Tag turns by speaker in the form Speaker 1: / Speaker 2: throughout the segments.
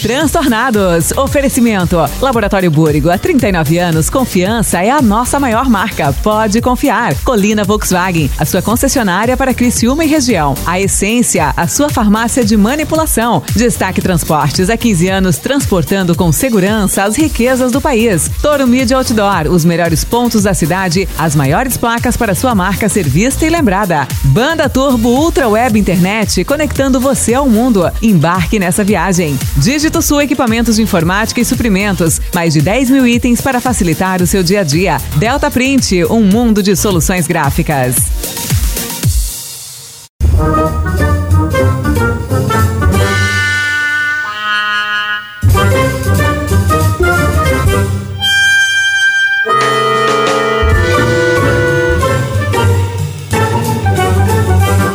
Speaker 1: transtornados. Oferecimento: Laboratório Búrigo. Há 39 anos, confiança é a nossa maior marca. Pode confiar. Colina Volkswagen, a sua concessionária para Criciúma e região. A Essência, a sua farmácia de manipulação. Destaque Transportes, há 15 anos transportando com segurança as riquezas do país. Toro Media Outdoor, os melhores pontos da cidade, as maiores placas para sua marca ser vista e lembrada. Banda Turbo Ultra Web Internet, conectando você ao mundo. Embarque nessa viagem. Dígito Sul Equipamentos de Informática e Suprimentos, mais de 10 mil itens para facilitar o seu dia a dia. Delta Print, um mundo de soluções gráficas.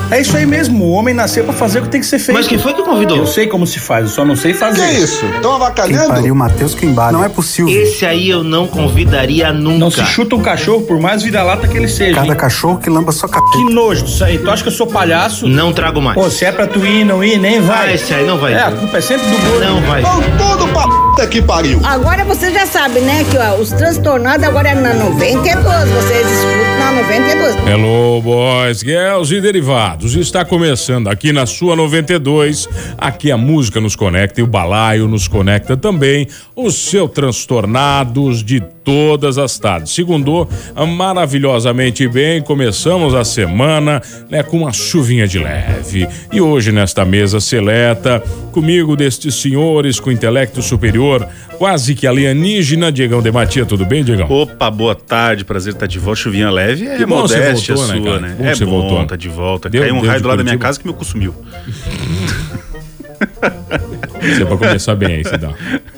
Speaker 2: É isso aí mesmo, o homem nasceu pra fazer o que tem que ser feito.
Speaker 3: Mas quem foi que convidou?
Speaker 2: Eu sei como se faz, eu só não sei fazer.
Speaker 4: Que isso? Estão
Speaker 5: Quem pariu,
Speaker 4: avacalhando?
Speaker 5: Matheus Quimbara. Não é possível.
Speaker 3: Esse aí eu não convidaria nunca.
Speaker 2: Não se chuta um cachorro, por mais vira-lata que ele seja.
Speaker 5: Cada
Speaker 2: hein?
Speaker 5: cachorro que lamba sua
Speaker 2: Que
Speaker 5: caceta.
Speaker 2: nojo disso aí. Tu acha que eu sou palhaço?
Speaker 3: Não trago mais.
Speaker 2: Pô, se é pra tu ir, não ir, nem vai.
Speaker 3: Ah, esse aí não vai.
Speaker 2: É, a culpa é sempre do gordo.
Speaker 3: Não vai.
Speaker 4: Estão tudo pra puta que pariu.
Speaker 6: Agora você já sabe, né, que ó, os transtornados agora é na 92, vocês escutam é na 92.
Speaker 7: Hello, boys, girls e derivados. Está começando aqui na sua 92. Aqui a música nos conecta e o balaio nos conecta também. O seu transtornados de todas as tardes. Segundou maravilhosamente bem. Começamos a semana né, com uma chuvinha de leve. E hoje, nesta mesa seleta, comigo destes senhores com intelecto superior, quase que alienígena, Diegão de Matia. Tudo bem, Diegão?
Speaker 8: Opa, boa tarde, prazer estar de volta. Chuvinha leve é
Speaker 7: Que bom você
Speaker 8: modéstia
Speaker 7: voltou, né,
Speaker 8: sua,
Speaker 7: cara?
Speaker 8: né?
Speaker 7: Bom que
Speaker 8: é
Speaker 7: você
Speaker 8: bom,
Speaker 7: voltou.
Speaker 8: tá de volta.
Speaker 7: Deu-
Speaker 8: Caiu um
Speaker 7: deu
Speaker 8: raio
Speaker 7: de
Speaker 8: do lado da minha
Speaker 7: Curitiba?
Speaker 8: casa que me consumiu.
Speaker 7: Você pra começar bem aí, Cidão.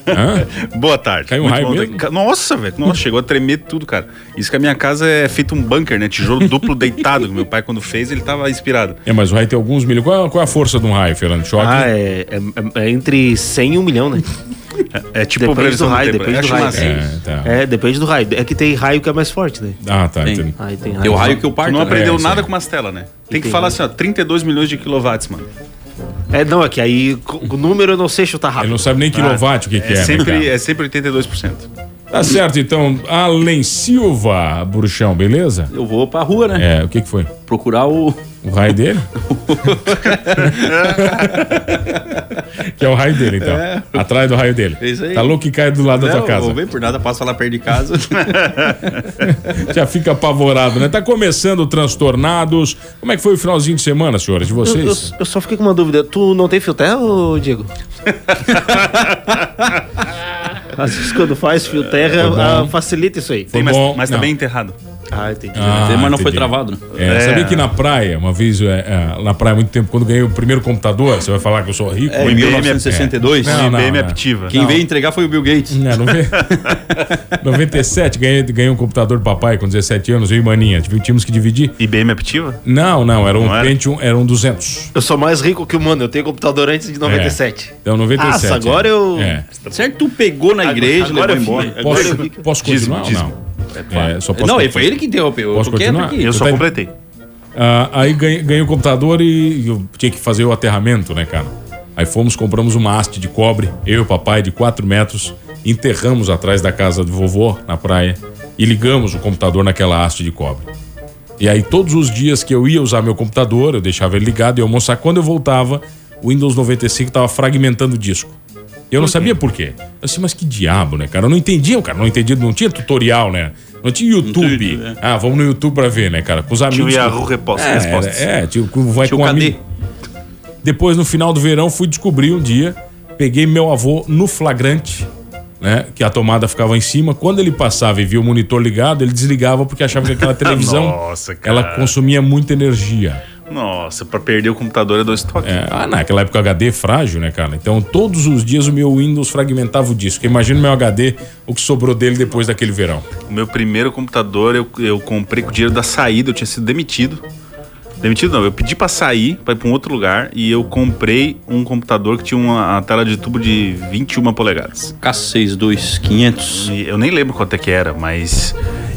Speaker 7: Hã?
Speaker 8: Boa tarde.
Speaker 7: Caiu um
Speaker 8: Muito
Speaker 7: raio
Speaker 8: bom ter-
Speaker 7: mesmo?
Speaker 8: Ca- Nossa, velho. Nossa, chegou a tremer tudo, cara. Isso que a minha casa é feito um bunker, né? Tijolo duplo deitado. que Meu pai, quando fez, ele tava inspirado.
Speaker 7: É, mas o raio tem alguns milhos. Qual, qual é a força de um raio, Fernando? Choque?
Speaker 9: Ah, é, é- é entre 100 e 1 milhão, né?
Speaker 8: É tipo
Speaker 9: Depende do
Speaker 8: previsão
Speaker 9: raio,
Speaker 8: tempo.
Speaker 10: né?
Speaker 9: depende do
Speaker 8: Acho
Speaker 9: raio.
Speaker 8: massa.
Speaker 10: assim.
Speaker 7: É, tá.
Speaker 9: É, depende do raio. É que tem raio que é mais forte, né?
Speaker 7: Ah, tá. entendi.
Speaker 9: Aí tem
Speaker 8: É
Speaker 9: raio.
Speaker 8: o raio que eu parto. Tu não
Speaker 7: né?
Speaker 8: aprendeu
Speaker 7: É, isso
Speaker 8: nada
Speaker 7: aí.
Speaker 8: com umas telas, né? Tem que
Speaker 9: Entendi.
Speaker 8: falar assim, ó, 32 milhões de quilowatts, mano.
Speaker 9: É, não, é que aí com- com o número eu não sei chutar
Speaker 7: Ele
Speaker 9: rápido.
Speaker 7: não sabe nem quilowatt o que, que é.
Speaker 8: É,
Speaker 7: né,
Speaker 8: sempre,
Speaker 7: cara?
Speaker 8: é sempre 82%.
Speaker 7: Tá certo, então. Além Silva, bruxão, beleza?
Speaker 10: Eu vou pra rua, né?
Speaker 7: É, o que que foi?
Speaker 10: Procurar o.
Speaker 7: O raio dele? que é o raio dele, então. Atrás do raio dele.
Speaker 10: É isso aí.
Speaker 7: Tá louco que cai do lado da tua
Speaker 10: Não,
Speaker 7: casa.
Speaker 10: Vou ver por nada, passo lá perto de casa.
Speaker 7: Já fica apavorado, né? Tá começando o transtornados. Como é que foi o finalzinho de semana, senhoras, de
Speaker 9: Eu, eu-
Speaker 7: vocês?
Speaker 9: eu só fiquei com uma dúvida. Tu não tem fio-terra, Diego? Às vezes quando faz fio-terra,
Speaker 7: bom.
Speaker 9: ah, facilita isso aí.
Speaker 7: Foi
Speaker 8: Tem, mas,
Speaker 7: bom.
Speaker 8: mas
Speaker 7: Não.
Speaker 8: tá bem enterrado.
Speaker 9: Ah, entendi.
Speaker 7: Ah,
Speaker 10: mas não foi
Speaker 7: entendi.
Speaker 10: travado, né?
Speaker 7: É,
Speaker 8: É.
Speaker 7: Sabia que na praia, uma vez, é, é, na praia há muito tempo, quando ganhei o primeiro computador, você vai falar que eu sou rico?
Speaker 10: É, em
Speaker 7: Não,
Speaker 10: 1962.
Speaker 7: Não,
Speaker 8: Não, IBM
Speaker 7: não. É,
Speaker 8: Aptiva.
Speaker 10: Quem veio entregar foi o Bill Gates.
Speaker 7: não, não vê. 97, ganhei, ganhei um computador do papai com 17 anos, eu e maninha. Tive- Tínhamos que dividir.
Speaker 8: IBM Aptiva?
Speaker 7: Não, não, era um
Speaker 8: Não era?
Speaker 7: Pentium, era um 200.
Speaker 9: Eu sou mais rico que o mano. Eu tenho computador antes de 97.
Speaker 7: É. Então, 97.
Speaker 9: Nossa, agora
Speaker 7: é.
Speaker 9: eu-
Speaker 7: É.
Speaker 10: Certo, tu pegou na igreja,
Speaker 8: Ah, agora
Speaker 10: levou
Speaker 8: eu
Speaker 10: embora.
Speaker 8: fui.
Speaker 10: Agora
Speaker 7: Posso,
Speaker 10: eu fico.
Speaker 7: posso continuar
Speaker 8: Dízimo,
Speaker 7: ou não? É, só posso
Speaker 10: Não,
Speaker 7: continuar.
Speaker 10: foi ele que interrompeu.
Speaker 7: Posso
Speaker 10: eu tô
Speaker 9: é
Speaker 10: quieto
Speaker 7: continuar?
Speaker 10: aqui.
Speaker 8: Eu só
Speaker 7: Tá-
Speaker 8: completei.
Speaker 7: Ah, aí ganhei, ganhei o computador e eu tinha que fazer o aterramento, né, cara? Aí fomos, compramos uma haste de cobre, eu e o papai, de 4 metros, enterramos atrás da casa do vovô, na praia, e ligamos o computador naquela haste de cobre. E aí, todos os dias que eu ia usar meu computador, eu deixava ele ligado e almoçar. Quando eu voltava, o Windows 95 tava fragmentando o disco. E Eu não sabia por quê. Eu disse, mas que diabo, né, cara? Eu não entendia, cara. Não entendia, não tinha tutorial, né? Não tinha YouTube.
Speaker 10: Não tinha, né?
Speaker 7: Ah, vamos no YouTube pra ver, né, cara? Com os
Speaker 8: Tinha o
Speaker 7: amigos.
Speaker 8: Yahoo Reposta.
Speaker 7: É,
Speaker 8: Respostas.
Speaker 7: É, tipo, vai
Speaker 10: Tio
Speaker 7: com um
Speaker 10: Cadê?
Speaker 7: amigo. Depois, no final do verão, fui descobrir um dia, peguei meu avô no flagrante, né? Que a tomada ficava em cima. Quando ele passava e via o monitor ligado, ele desligava porque achava que aquela televisão
Speaker 8: Nossa, cara.
Speaker 7: ela consumia muita energia.
Speaker 8: Nossa, pra perder o computador é dois toques.
Speaker 7: É, ah, naquela época o HD é frágil, né, cara? Então todos os dias o meu Windows fragmentava o disco. Imagina o meu HD, o que sobrou dele depois daquele verão.
Speaker 8: O meu primeiro computador eu, eu comprei com o dinheiro da saída, eu tinha sido demitido. Demitido não, eu pedi pra sair, pra ir pra um outro lugar, e eu comprei um computador que tinha uma, uma tela de tubo de 21 polegadas.
Speaker 10: K62500.
Speaker 8: E eu nem lembro quanto é que era, mas.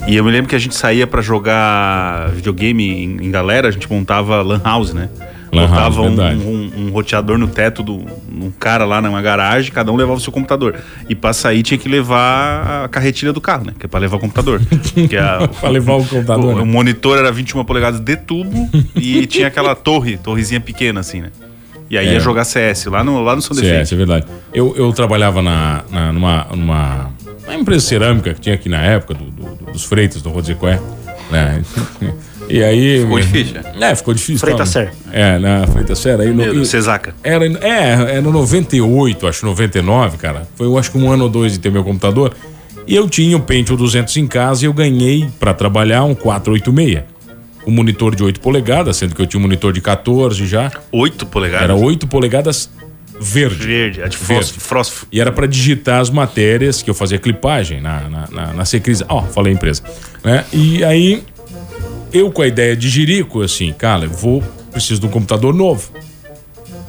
Speaker 8: E eu me lembro que a gente saía pra jogar videogame em, em galera, a gente montava Lan House, né?
Speaker 7: Lan house,
Speaker 8: Botava um,
Speaker 7: verdade.
Speaker 8: um- um roteador no teto do um cara lá numa garagem, cada um levava o seu computador. E pra sair tinha que levar a carretilha do carro, né? Que é pra levar o computador. que é a-
Speaker 7: Pra levar o computador,
Speaker 8: O,
Speaker 7: né?
Speaker 8: o monitor era 21 polegadas de tubo e tinha aquela torre, torrezinha pequena, assim, né? E aí
Speaker 7: É.
Speaker 8: ia jogar CS lá no, lá no São Defeito.
Speaker 7: CS, é verdade. Eu, eu trabalhava na, na- numa, numa, numa empresa de cerâmica que tinha aqui na época, do- do- dos Freitas, não vou dizer qual é. né? E aí. Ficou
Speaker 10: difícil,
Speaker 7: É, ficou difícil.
Speaker 9: Freitas
Speaker 7: tá?
Speaker 9: Ser.
Speaker 7: É, na Freitas Ser. Aí no,
Speaker 8: Meu,
Speaker 7: e-
Speaker 8: Cesaca.
Speaker 7: era, é, era 98, acho 99, cara. Foi, eu acho que um ano ou dois de ter meu computador. E eu tinha o Pentium 200 em casa e eu ganhei pra trabalhar um 486. Um monitor de 8 polegadas, sendo que eu tinha um monitor de 14 já.
Speaker 8: 8 polegadas.
Speaker 7: Era 8 polegadas verde.
Speaker 8: Verde, a de fósforo. fósforo.
Speaker 7: E era pra digitar as matérias que eu fazia clipagem na, na, na, na Secris. Ó, falei empresa. Né? E aí, eu com a ideia de jirico, assim, cara, eu vou, preciso de um computador novo.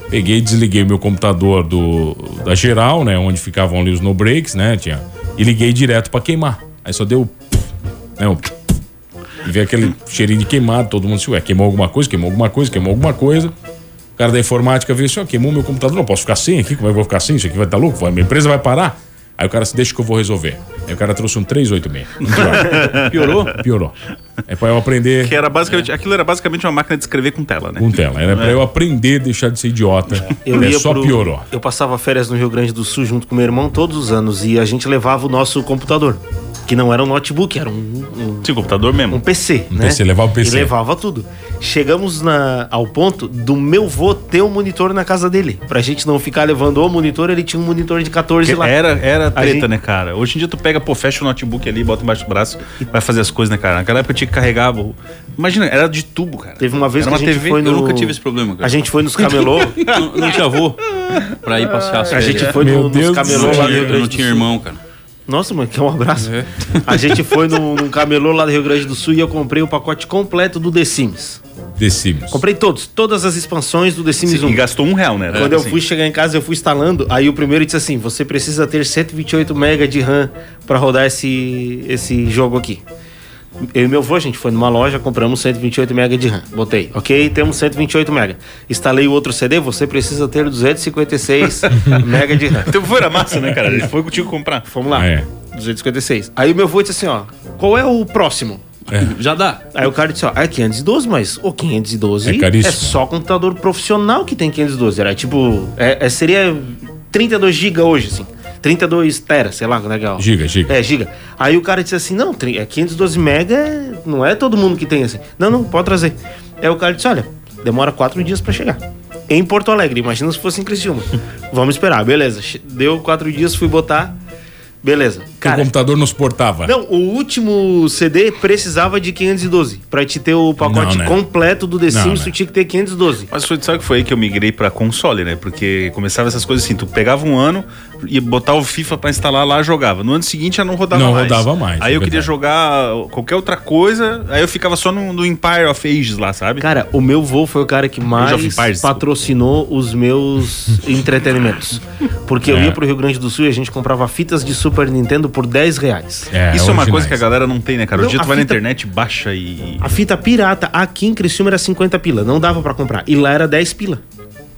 Speaker 7: Peguei e desliguei meu computador do, da geral, né? Onde ficavam ali os no breaks, né? Tinha, e liguei direto pra queimar. Aí só deu. Né, o e veio aquele cheirinho de queimado, todo mundo disse, ué, queimou alguma coisa, queimou alguma coisa, queimou alguma coisa. O cara da informática veio assim, ó, queimou meu computador, não posso ficar sem aqui, como é que eu vou ficar sem? Isso aqui vai estar louco, vai, minha empresa vai parar. Aí o cara se deixa que eu vou resolver. Aí o cara trouxe um 386. Piorou? Piorou. É pra eu aprender
Speaker 8: Que era basicamente, Aquilo era basicamente uma máquina de escrever com tela, né?
Speaker 7: com tela. Era pra eu aprender a deixar de ser idiota.
Speaker 9: Eu
Speaker 7: É,
Speaker 9: ia
Speaker 7: só
Speaker 9: pro-
Speaker 7: piorou.
Speaker 9: Eu passava férias no Rio Grande do Sul junto com meu irmão todos os anos e a gente levava o nosso computador, que não era um notebook, era um, um-
Speaker 8: Tinha Tipo, computador mesmo.
Speaker 9: um PC, né?
Speaker 7: PC, levava o PC.
Speaker 9: E levava tudo. Chegamos na- ao ponto do meu vô ter um monitor na casa dele. Pra gente não ficar levando o monitor, ele tinha um monitor de 14
Speaker 8: Que
Speaker 9: lá.
Speaker 8: Era, era treta,
Speaker 9: gente-
Speaker 8: né, cara? Hoje em dia tu pega, pô, fecha o notebook ali, bota embaixo do braço, vai fazer as coisas, né, cara? Naquela época eu tinha que carregar. o- Imagina, era de tubo, cara.
Speaker 9: Teve uma vez
Speaker 8: era
Speaker 9: que a gente foi no...
Speaker 10: eu nunca tive esse problema, cara.
Speaker 9: A gente foi nos camelô,
Speaker 10: Não, não tinha avô pra ir passear as
Speaker 9: a gente
Speaker 10: férias.
Speaker 9: foi
Speaker 7: Meu
Speaker 9: no, nos
Speaker 7: Deus do
Speaker 9: camelô
Speaker 10: Não
Speaker 7: céu.
Speaker 10: tinha-
Speaker 9: lá do Rio
Speaker 10: Eu
Speaker 8: né?
Speaker 9: Grande
Speaker 10: não
Speaker 9: do
Speaker 10: tinha
Speaker 9: Sul.
Speaker 10: irmão, cara.
Speaker 9: Nossa, mano, que é um abraço. A gente foi num, num camelô lá do Rio Grande do Sul e eu comprei o pacote completo do The Sims.
Speaker 7: Decimos.
Speaker 9: Comprei todos, todas as expansões do The Sims
Speaker 8: Sim,
Speaker 9: 1.
Speaker 8: E gastou um real, né? Era
Speaker 9: Quando eu
Speaker 8: assim.
Speaker 9: fui chegar em casa, eu fui instalando. Aí o primeiro disse assim: você precisa ter 128 MB de RAM pra rodar esse, esse jogo aqui. Eu e meu avô, a gente foi numa loja, compramos 128 MB de RAM. Botei, ok? Temos 128 MB. Instalei o outro CD, você precisa ter 256 MB de RAM.
Speaker 8: Então foi na massa, né, cara? Ele foi contigo comprar.
Speaker 9: Vamos lá.
Speaker 7: Ah, é.
Speaker 9: 256. Aí o meu avô disse assim: ó, qual é o próximo?
Speaker 7: É.
Speaker 10: Já dá.
Speaker 9: Aí o cara disse, ó, é 512, mas o 512
Speaker 7: É caríssimo.
Speaker 9: só computador profissional que tem 512. Era tipo, é, é- seria 32 GB hoje, assim. 32 tera, sei lá, como é que é? ó.
Speaker 7: Giga, giga.
Speaker 9: É, giga. Aí o cara disse assim, não, tri- é 512 mega, é- não é todo mundo que tem assim. Não, não, pode trazer. Aí o cara disse, olha, demora quatro dias pra chegar. Em Porto Alegre, imagina se fosse em Criciúma. Vamos esperar, beleza. Che- Deu quatro dias, fui botar, beleza.
Speaker 7: o computador não suportava.
Speaker 9: Não, o último CD precisava de 512. Pra te ter o pacote
Speaker 7: Não, né?
Speaker 9: completo do The
Speaker 7: Não,
Speaker 9: Sims,
Speaker 7: né?
Speaker 9: tu tinha que ter 512.
Speaker 8: Mas foi, sabe que foi aí que eu migrei pra console, né? Porque começava essas coisas assim, tu pegava um ano e botava o FIFA pra instalar lá, jogava. No ano seguinte já não rodava
Speaker 7: Não
Speaker 8: mais.
Speaker 7: rodava mais,
Speaker 8: Aí
Speaker 7: é
Speaker 8: eu queria
Speaker 7: verdade.
Speaker 8: jogar qualquer outra coisa, aí eu ficava só no, no Empire of Ages lá, sabe?
Speaker 9: Cara, o meu vô foi o cara que
Speaker 8: Age
Speaker 9: mais
Speaker 8: of Empires, desculpa.
Speaker 9: patrocinou os meus entretenimentos. Porque eu
Speaker 7: É.
Speaker 9: ia pro Rio Grande do Sul e a gente comprava fitas de Super Nintendo por 10 reais.
Speaker 7: É,
Speaker 8: Isso é uma
Speaker 7: originais.
Speaker 8: coisa que a galera não tem, né, cara?
Speaker 9: Não,
Speaker 8: Hoje dia
Speaker 9: a
Speaker 8: tu vai na
Speaker 9: fita-
Speaker 8: internet, baixa e.
Speaker 9: A fita pirata aqui em Criciúma era 50 pila, não dava pra comprar. E lá era 10 pila.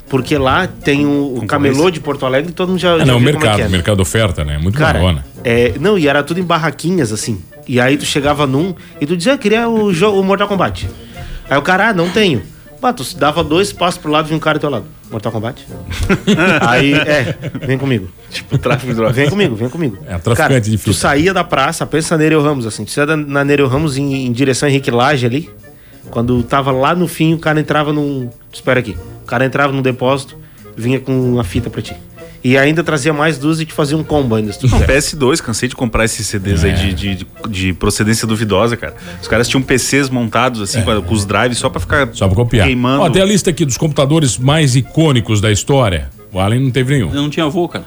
Speaker 9: Porque lá tem o, o camelô de Porto Alegre, todo mundo já,
Speaker 7: Ah,
Speaker 9: já
Speaker 7: não, o
Speaker 9: viu como é
Speaker 7: mercado,
Speaker 9: que é,
Speaker 7: o
Speaker 9: né?
Speaker 7: mercado oferta, né? Muito
Speaker 9: Cara,
Speaker 7: carona.
Speaker 9: é, não, e era tudo em barraquinhas, assim. E aí tu chegava num e tu dizia, eu queria o, jogo, o Mortal Kombat. Aí o cara, ah, não tenho. Bah, tu se dava dois passos pro lado de um cara do teu lado. Mortal Kombat? aí, é, vem comigo.
Speaker 8: Tipo, tráfico de drogas.
Speaker 9: Vem comigo, vem comigo.
Speaker 7: É, traficante
Speaker 9: cara,
Speaker 7: de
Speaker 9: Tu
Speaker 7: fita.
Speaker 9: saía da praça, pensa na Nereu Ramos, assim. Tu saía da, na Nereu Ramos em, em direção a Henrique Laje ali. Quando tava lá no fim, o cara entrava num. Espera aqui. O cara entrava num depósito, vinha com uma fita pra ti. E ainda trazia mais duas e te fazia um combo ainda, se tu
Speaker 8: Não,
Speaker 9: quiser.
Speaker 8: PS2, cansei de comprar esses CDs
Speaker 7: É.
Speaker 8: aí de, de- de- de procedência duvidosa, cara. Os caras tinham PCs montados, assim, com, a- com os drives, só pra ficar
Speaker 7: É. Só pra copiar.
Speaker 8: queimando.
Speaker 7: Ó, tem a lista aqui dos computadores mais icônicos da história. O Allen não teve nenhum.
Speaker 10: Eu não tinha avô, cara.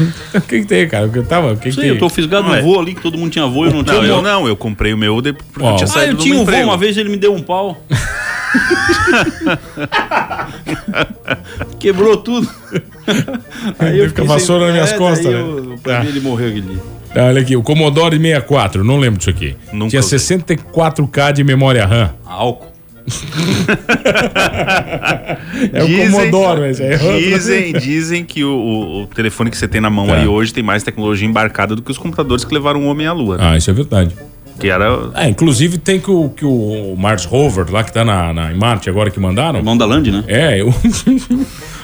Speaker 7: O que, que tem, cara? O que tava? O que, que
Speaker 10: Sei, eu
Speaker 7: tem?
Speaker 10: tô fisgado
Speaker 8: Não
Speaker 10: no
Speaker 8: é.
Speaker 10: avô ali, que todo mundo tinha avô e eu não tinha
Speaker 8: Não, eu
Speaker 10: avô.
Speaker 8: não, eu comprei o meu de- porque
Speaker 7: Ó,
Speaker 8: eu tinha
Speaker 10: Ah,
Speaker 8: saído
Speaker 10: eu
Speaker 8: do
Speaker 10: tinha um avô,
Speaker 8: emprego.
Speaker 10: uma vez ele me deu um pau. Quebrou tudo.
Speaker 7: Aí
Speaker 10: eu
Speaker 7: fica
Speaker 10: fiquei É,
Speaker 7: vassoura nas minhas
Speaker 10: daí
Speaker 7: costas,
Speaker 10: eu-
Speaker 7: né?
Speaker 10: pra
Speaker 7: Tá.
Speaker 10: mim ele morreu aquele dia.
Speaker 7: Ah, Olha aqui, o Commodore 64, não lembro disso aqui.
Speaker 8: Nunca
Speaker 7: Tinha
Speaker 8: usei.
Speaker 7: 64K de memória RAM.
Speaker 10: Álcool.
Speaker 7: É o Comodoro, esse aí. é
Speaker 8: Dizem, dizem que o, o- o telefone que você tem na mão
Speaker 7: Tá.
Speaker 8: aí hoje tem mais tecnologia embarcada do que os computadores que levaram o homem à lua. né?
Speaker 7: Ah, isso é verdade.
Speaker 8: Que era.
Speaker 7: Ah, inclusive tem que o, que o Mars Rover, lá que tá na, na- em Marte agora que mandaram.
Speaker 10: Irmão da Land, né?
Speaker 7: É, eu-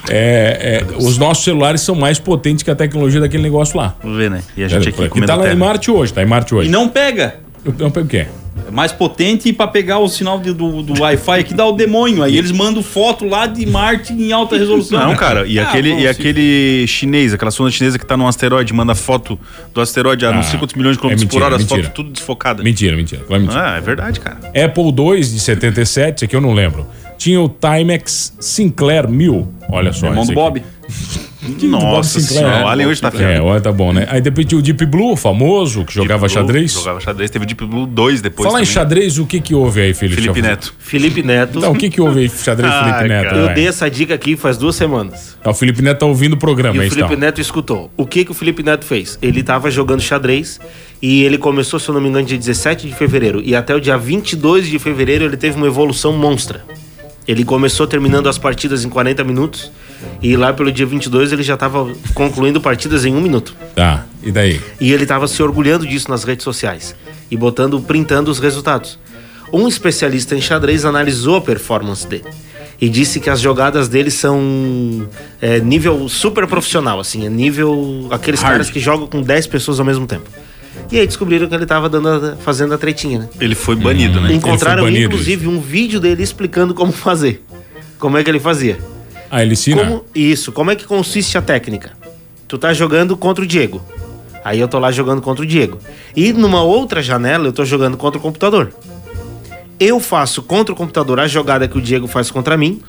Speaker 7: é, é, os nossos celulares são mais potentes que a tecnologia daquele negócio lá.
Speaker 8: Vamos ver, né? E a gente aqui
Speaker 7: que tá
Speaker 8: comendo
Speaker 7: lá em
Speaker 8: terra.
Speaker 7: Marte hoje, tá em
Speaker 10: E
Speaker 7: Marte hoje.
Speaker 10: não pega.
Speaker 7: Eu- Não, o quê?
Speaker 10: É mais potente pra pegar o sinal de- do, do Wi-Fi aqui dá o demônio. Aí eles mandam foto lá de Marte em alta resolução.
Speaker 8: Não, cara, e
Speaker 10: Ah,
Speaker 8: aquele,
Speaker 10: bom,
Speaker 8: e
Speaker 10: sim.
Speaker 8: aquele chinês, aquela sonda chinesa que tá num asteroide, manda foto do asteroide a
Speaker 7: Ah,
Speaker 8: uns 50 milhões de quilômetros
Speaker 7: é
Speaker 8: por
Speaker 7: mentira,
Speaker 8: hora, as
Speaker 7: mentira.
Speaker 8: fotos tudo desfocadas.
Speaker 7: Mentira, mentira. Vai mentir.
Speaker 8: Ah, é verdade, cara.
Speaker 7: Apple II de 77, esse aqui eu não lembro. Tinha o Timex Sinclair 1000. Olha só.
Speaker 10: Irmão
Speaker 7: esse
Speaker 10: do
Speaker 7: aqui.
Speaker 10: Bob.
Speaker 7: Bob
Speaker 8: Nossa
Speaker 7: Sinclair,
Speaker 8: senhora,
Speaker 7: né?
Speaker 8: o Alien hoje tá
Speaker 7: É,
Speaker 8: fiado.
Speaker 7: olha, tá bom, né? Aí depois tinha o Deep Blue, famoso, que jogava
Speaker 8: Deep Blue,
Speaker 7: xadrez.
Speaker 8: Jogava xadrez, teve Deep Blue 2 depois.
Speaker 7: Falar em
Speaker 8: também.
Speaker 7: xadrez, o que que houve aí, Felipe?
Speaker 8: Felipe
Speaker 7: Chavão?
Speaker 8: Neto.
Speaker 9: Felipe Neto.
Speaker 7: Então, o que que houve aí, xadrez
Speaker 8: Ah,
Speaker 7: Felipe Neto?
Speaker 8: cara.
Speaker 9: eu
Speaker 7: vai?
Speaker 9: dei essa dica aqui faz duas semanas.
Speaker 7: Ah, o Felipe Neto tá ouvindo o programa,
Speaker 9: E
Speaker 7: hein,
Speaker 9: o Felipe
Speaker 7: então.
Speaker 9: Neto escutou. O que, que o Felipe Neto fez? Ele tava jogando xadrez e ele começou, se eu não me engano, dia 17 de fevereiro. E até o dia 22 de fevereiro ele teve uma evolução monstra. Ele começou terminando as partidas em 40 minutos e lá pelo dia 22 ele já tava concluindo partidas em um minuto.
Speaker 7: Tá, e daí?
Speaker 9: E ele estava se orgulhando disso nas redes sociais e botando, printando os resultados. Um especialista em xadrez analisou a performance dele e disse que as jogadas dele são é, nível super profissional, assim, é nível aqueles caras que jogam com 10 pessoas ao mesmo tempo. E aí descobriram que ele estava fazendo a tretinha, né?
Speaker 8: Ele foi banido, né?
Speaker 9: Encontraram
Speaker 7: banido.
Speaker 9: inclusive um vídeo dele explicando como fazer, como é que ele fazia.
Speaker 7: Ah, ele ensina?
Speaker 9: Como, isso, como é que consiste a técnica? Tu tá jogando contra o Diego. Aí eu tô lá jogando contra o Diego. E numa outra janela eu tô jogando contra o computador. Eu faço contra o computador a jogada que o Diego faz contra mim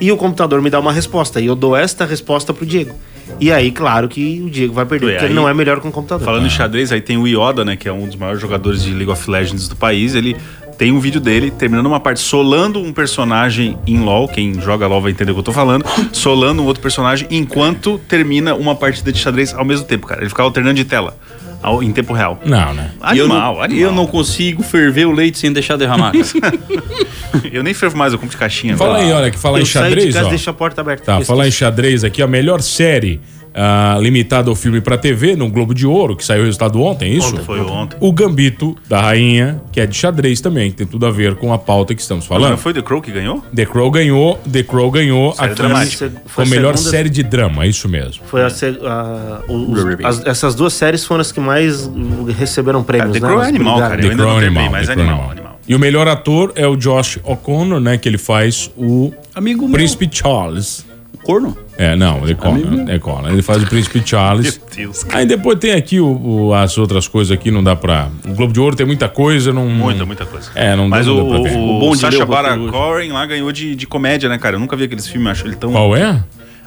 Speaker 9: e o computador me dá uma resposta. E eu dou esta resposta pro Diego. E aí, claro que o Diego vai perder,
Speaker 8: Ué,
Speaker 9: porque ele
Speaker 8: aí-
Speaker 9: não é melhor que o
Speaker 10: Hum.
Speaker 9: computador.
Speaker 8: Falando em xadrez, aí tem o Ioda, né? Que é um dos maiores jogadores de League of Legends do país. Ele tem um vídeo dele terminando uma parte solando um personagem em LoL. Quem joga LoL vai entender o que eu tô falando. Solando um outro personagem enquanto termina uma partida de xadrez ao mesmo tempo, cara. Ele ficava alternando de tela ao- em tempo real.
Speaker 7: Não, né?
Speaker 8: Animal,
Speaker 10: E eu não,
Speaker 8: animal.
Speaker 10: eu não consigo ferver o leite sem deixar derramar. cara.
Speaker 8: Eu nem fervo mais, eu compro de caixinha.
Speaker 7: Fala
Speaker 8: agora.
Speaker 7: aí, olha, que falar em
Speaker 9: eu saio de
Speaker 7: xadrez,
Speaker 9: casa
Speaker 7: ó.
Speaker 9: e deixo a porta aberta.
Speaker 7: Tá,
Speaker 9: Isso.
Speaker 7: falar em xadrez aqui, a melhor série ah, limitada ao filme pra TV, no Globo de Ouro, que saiu o resultado ontem, é isso?
Speaker 8: Ontem, foi ontem.
Speaker 7: O Gambito da Rainha, que é de xadrez também, que tem tudo a ver com a pauta que estamos
Speaker 8: Não
Speaker 7: falando.
Speaker 8: foi The Crow que ganhou?
Speaker 7: The Crow ganhou, The Crow ganhou a
Speaker 9: dramática.
Speaker 7: como-
Speaker 9: Foi a
Speaker 7: como melhor
Speaker 9: é segunda-
Speaker 7: série de drama, é isso mesmo.
Speaker 9: Foi a, se- a- os- as- essas duas séries foram as que mais uh, receberam prêmios,
Speaker 8: The
Speaker 9: né?
Speaker 8: Crow é
Speaker 9: As
Speaker 8: animal,
Speaker 9: brigaram.
Speaker 8: cara.
Speaker 7: The
Speaker 8: ainda
Speaker 7: Crow
Speaker 8: não terminei,
Speaker 7: animal,
Speaker 8: mas é
Speaker 7: The
Speaker 8: animal,
Speaker 7: Crow
Speaker 8: animal.
Speaker 7: E o melhor ator é o Josh O'Connor, né, que ele faz o
Speaker 10: Amigo
Speaker 7: Príncipe Charles.
Speaker 10: meu. Corno?
Speaker 7: É, não, The Connor, The Connor. Ele faz o Príncipe Charles.
Speaker 8: Meu Deus, cara.
Speaker 7: Aí depois tem aqui o- o- as outras coisas aqui, não dá pra... O Globo de Ouro tem muita coisa, não...
Speaker 8: Muita, muita coisa.
Speaker 7: É, não dá-
Speaker 8: Mas
Speaker 7: não
Speaker 8: o,
Speaker 7: dá pra ver.
Speaker 8: o,
Speaker 10: O bom de ler
Speaker 8: Sacha
Speaker 10: o roteiro
Speaker 8: Baron
Speaker 10: hoje.
Speaker 8: Cohen lá ganhou de, de comédia, né, cara? Eu nunca vi aqueles filmes, acho ele tão...
Speaker 7: Qual é?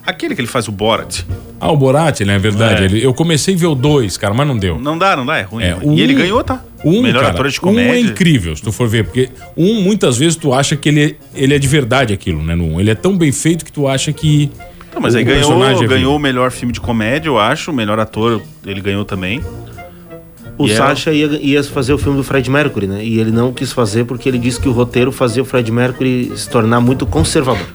Speaker 8: Aquele que ele faz o Borat.
Speaker 7: Ah, o Borat, né, é verdade.
Speaker 8: É.
Speaker 7: Ele- eu comecei a ver o dois, cara, mas não deu.
Speaker 8: Não dá, não dá, é ruim.
Speaker 7: É,
Speaker 8: né?
Speaker 7: um-
Speaker 8: e ele ganhou, tá?
Speaker 7: Um,
Speaker 8: Melhor
Speaker 7: cara,
Speaker 8: ator de
Speaker 7: Um é
Speaker 8: comédia.
Speaker 7: incrível, se tu for ver, porque um, muitas vezes, tu acha que ele, ele é de verdade aquilo, né? No um. Ele é tão bem feito que tu acha que.
Speaker 8: Não, mas aí
Speaker 7: o
Speaker 8: ganhou,
Speaker 7: personagem é
Speaker 8: ganhou
Speaker 7: vivo.
Speaker 8: o melhor filme de comédia, eu acho. O melhor ator, ele ganhou também.
Speaker 9: O
Speaker 8: E é- ela-
Speaker 9: Sacha ia, ia fazer o filme do Fred Mercury, né? E ele não quis fazer porque ele disse que o roteiro fazia o Fred Mercury se tornar muito conservador.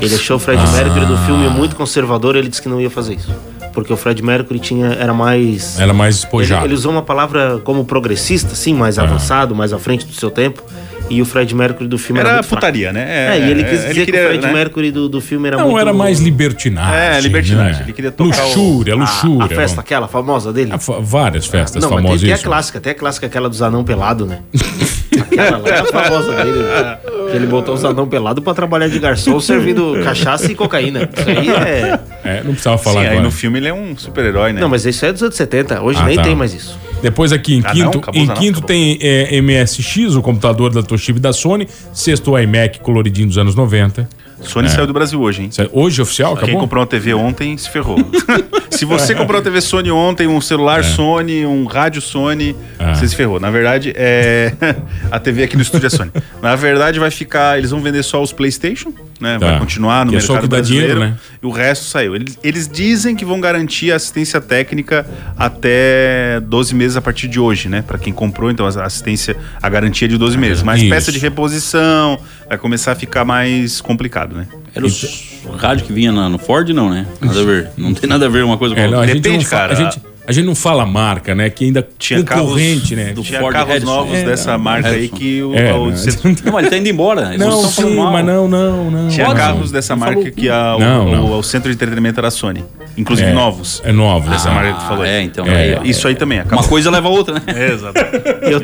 Speaker 9: Ele achou o
Speaker 8: Ah.
Speaker 9: Fred Mercury do filme muito conservador ele disse que não ia fazer isso. Porque o Fred Mercury tinha, era mais.
Speaker 7: Era mais
Speaker 9: Ele,
Speaker 7: espojado.
Speaker 9: ele usou uma palavra como progressista, sim, mais avançado, mais à frente do seu tempo. E o Fred Mercury do filme era.
Speaker 8: Era
Speaker 9: muito fraco.
Speaker 8: putaria, né?
Speaker 9: É, e ele quis dizer que o Fred
Speaker 8: né?
Speaker 9: Mercury do, do filme era
Speaker 7: Não,
Speaker 9: muito.
Speaker 7: era mais um libertinagem.
Speaker 8: É, libertinagem,
Speaker 7: né?
Speaker 8: ele queria tocar o- Ah,
Speaker 7: Luxúria,
Speaker 9: a-
Speaker 7: luxúria.
Speaker 9: A festa aquela famosa dele?
Speaker 7: Ah, fa- Várias festas
Speaker 9: Não, mas tem,
Speaker 7: famosas.
Speaker 9: tem a
Speaker 7: isso.
Speaker 9: clássica, tem a clássica aquela dos anão pelado, né? aquela lá é a famosa dele. né? Que ele botou os anão pelado pra trabalhar de garçom servindo cachaça e cocaína. Isso aí é.
Speaker 7: É, não precisava
Speaker 8: Sim,
Speaker 7: falar
Speaker 8: aí
Speaker 7: agora.
Speaker 8: no filme ele é um super-herói, né?
Speaker 9: Não, mas isso aí é dos anos 70. Hoje
Speaker 7: Ah,
Speaker 9: nem
Speaker 7: tá.
Speaker 9: tem mais isso.
Speaker 7: Depois aqui em
Speaker 8: Ah,
Speaker 7: quinto,
Speaker 8: não, acabou,
Speaker 7: em
Speaker 8: não,
Speaker 7: quinto
Speaker 8: acabou.
Speaker 7: tem é, MSX, o computador da Toshiba e da Sony. Sexto, o iMac coloridinho dos anos 90.
Speaker 8: Sony saiu do Brasil hoje, hein?
Speaker 7: Sério, Hoje é oficial
Speaker 8: Quem
Speaker 7: acabou? É.
Speaker 8: comprou uma TV ontem se ferrou. se você comprou uma TV Sony ontem, um celular Sony, um rádio Sony,
Speaker 7: É.
Speaker 8: você se ferrou. Na verdade, é. a TV aqui no estúdio é Sony. Na verdade, vai ficar. Eles vão vender só os PlayStation, né?
Speaker 7: Tá.
Speaker 8: Vai continuar no
Speaker 7: Que é só
Speaker 8: mercado
Speaker 7: o que dá
Speaker 8: brasileiro.
Speaker 7: dinheiro, né?
Speaker 8: E o resto saiu. Eles, eles dizem que vão garantir assistência técnica até 12 meses a partir de hoje, né? Pra quem comprou, então a assistência, a garantia é de 12 meses. Mas
Speaker 7: Isso.
Speaker 8: peça de reposição vai começar a ficar mais complicado, né?
Speaker 10: Era o s- rádio que vinha na- no Ford, não, né? Nada a ver. Não tem nada a ver uma coisa com a
Speaker 7: É, não, a
Speaker 10: outra.
Speaker 7: gente
Speaker 8: Depende,
Speaker 7: não fala,
Speaker 8: cara.
Speaker 7: a gente, a gente não fala marca, né? Que ainda
Speaker 8: Tinha carros
Speaker 7: concorrente, né?
Speaker 10: do-
Speaker 8: Tinha
Speaker 10: Ford
Speaker 8: carros
Speaker 10: Edison.
Speaker 8: novos
Speaker 10: É,
Speaker 8: dessa
Speaker 10: não,
Speaker 8: marca aí
Speaker 10: Edison.
Speaker 8: que o,
Speaker 7: É,
Speaker 8: o-
Speaker 7: né?
Speaker 8: cê-
Speaker 10: Não, mas ele tá indo embora. Eles
Speaker 7: Não,
Speaker 10: estão falando
Speaker 7: sim,
Speaker 10: mal.
Speaker 7: mas não, não, não.
Speaker 8: tinha
Speaker 7: não.
Speaker 8: carros dessa marca que a, o,
Speaker 7: Não, não.
Speaker 8: o- o centro de entretenimento era a Sony, inclusive
Speaker 7: É,
Speaker 8: novos.
Speaker 7: É novos.
Speaker 8: Dessa
Speaker 7: Ah,
Speaker 8: marca que tu falou.
Speaker 10: é, então,
Speaker 7: aí, ó.
Speaker 8: isso aí também acabou.
Speaker 10: Uma coisa leva a outra, né?
Speaker 8: É, exato.
Speaker 9: Eu,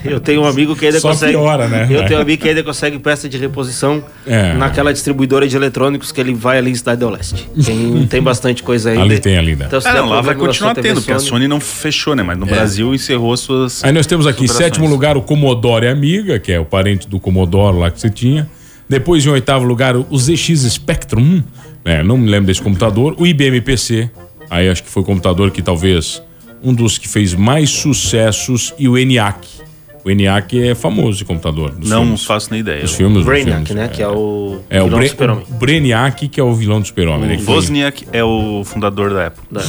Speaker 9: eu tenho um amigo que ainda
Speaker 7: Só
Speaker 9: consegue.
Speaker 7: piora, né?
Speaker 9: Eu tenho um amigo que ainda consegue peça de reposição
Speaker 7: É.
Speaker 9: naquela distribuidora de eletrônicos que ele vai ali em Cidade do Leste. Tem, tem bastante coisa ainda. Então,
Speaker 7: Ali tem, ali né? dá.
Speaker 9: se
Speaker 8: Ah,
Speaker 9: der
Speaker 8: não, lá
Speaker 9: problema
Speaker 8: vai
Speaker 9: na sua
Speaker 8: continuar
Speaker 9: TV
Speaker 8: tendo, porque a Sony não fechou, né? Mas no Brasil encerrou as suas.
Speaker 7: Aí nós temos aqui, em
Speaker 8: operações.
Speaker 7: sétimo lugar, o Commodore Amiga, que é o parente do Commodore lá que você tinha. Depois, em oitavo lugar, o ZX Spectrum, né? Não me lembro desse computador. O IBM PC, aí acho que foi o computador que talvez um dos que fez mais sucessos. E o ENIAC. O ENIAC é famoso esse computador. Dos
Speaker 8: Não
Speaker 7: filmes.
Speaker 8: faço nem ideia.
Speaker 7: Dos filmes, dos filmes,
Speaker 9: Brainiac, né? Que é o.
Speaker 7: É, o,
Speaker 9: vilão do
Speaker 7: Bre
Speaker 9: Super-Homem.
Speaker 7: o Breniac, que é o vilão do super-homem. né?
Speaker 8: O
Speaker 7: Que foi-
Speaker 8: Wozniak é o fundador da Apple.
Speaker 9: Da-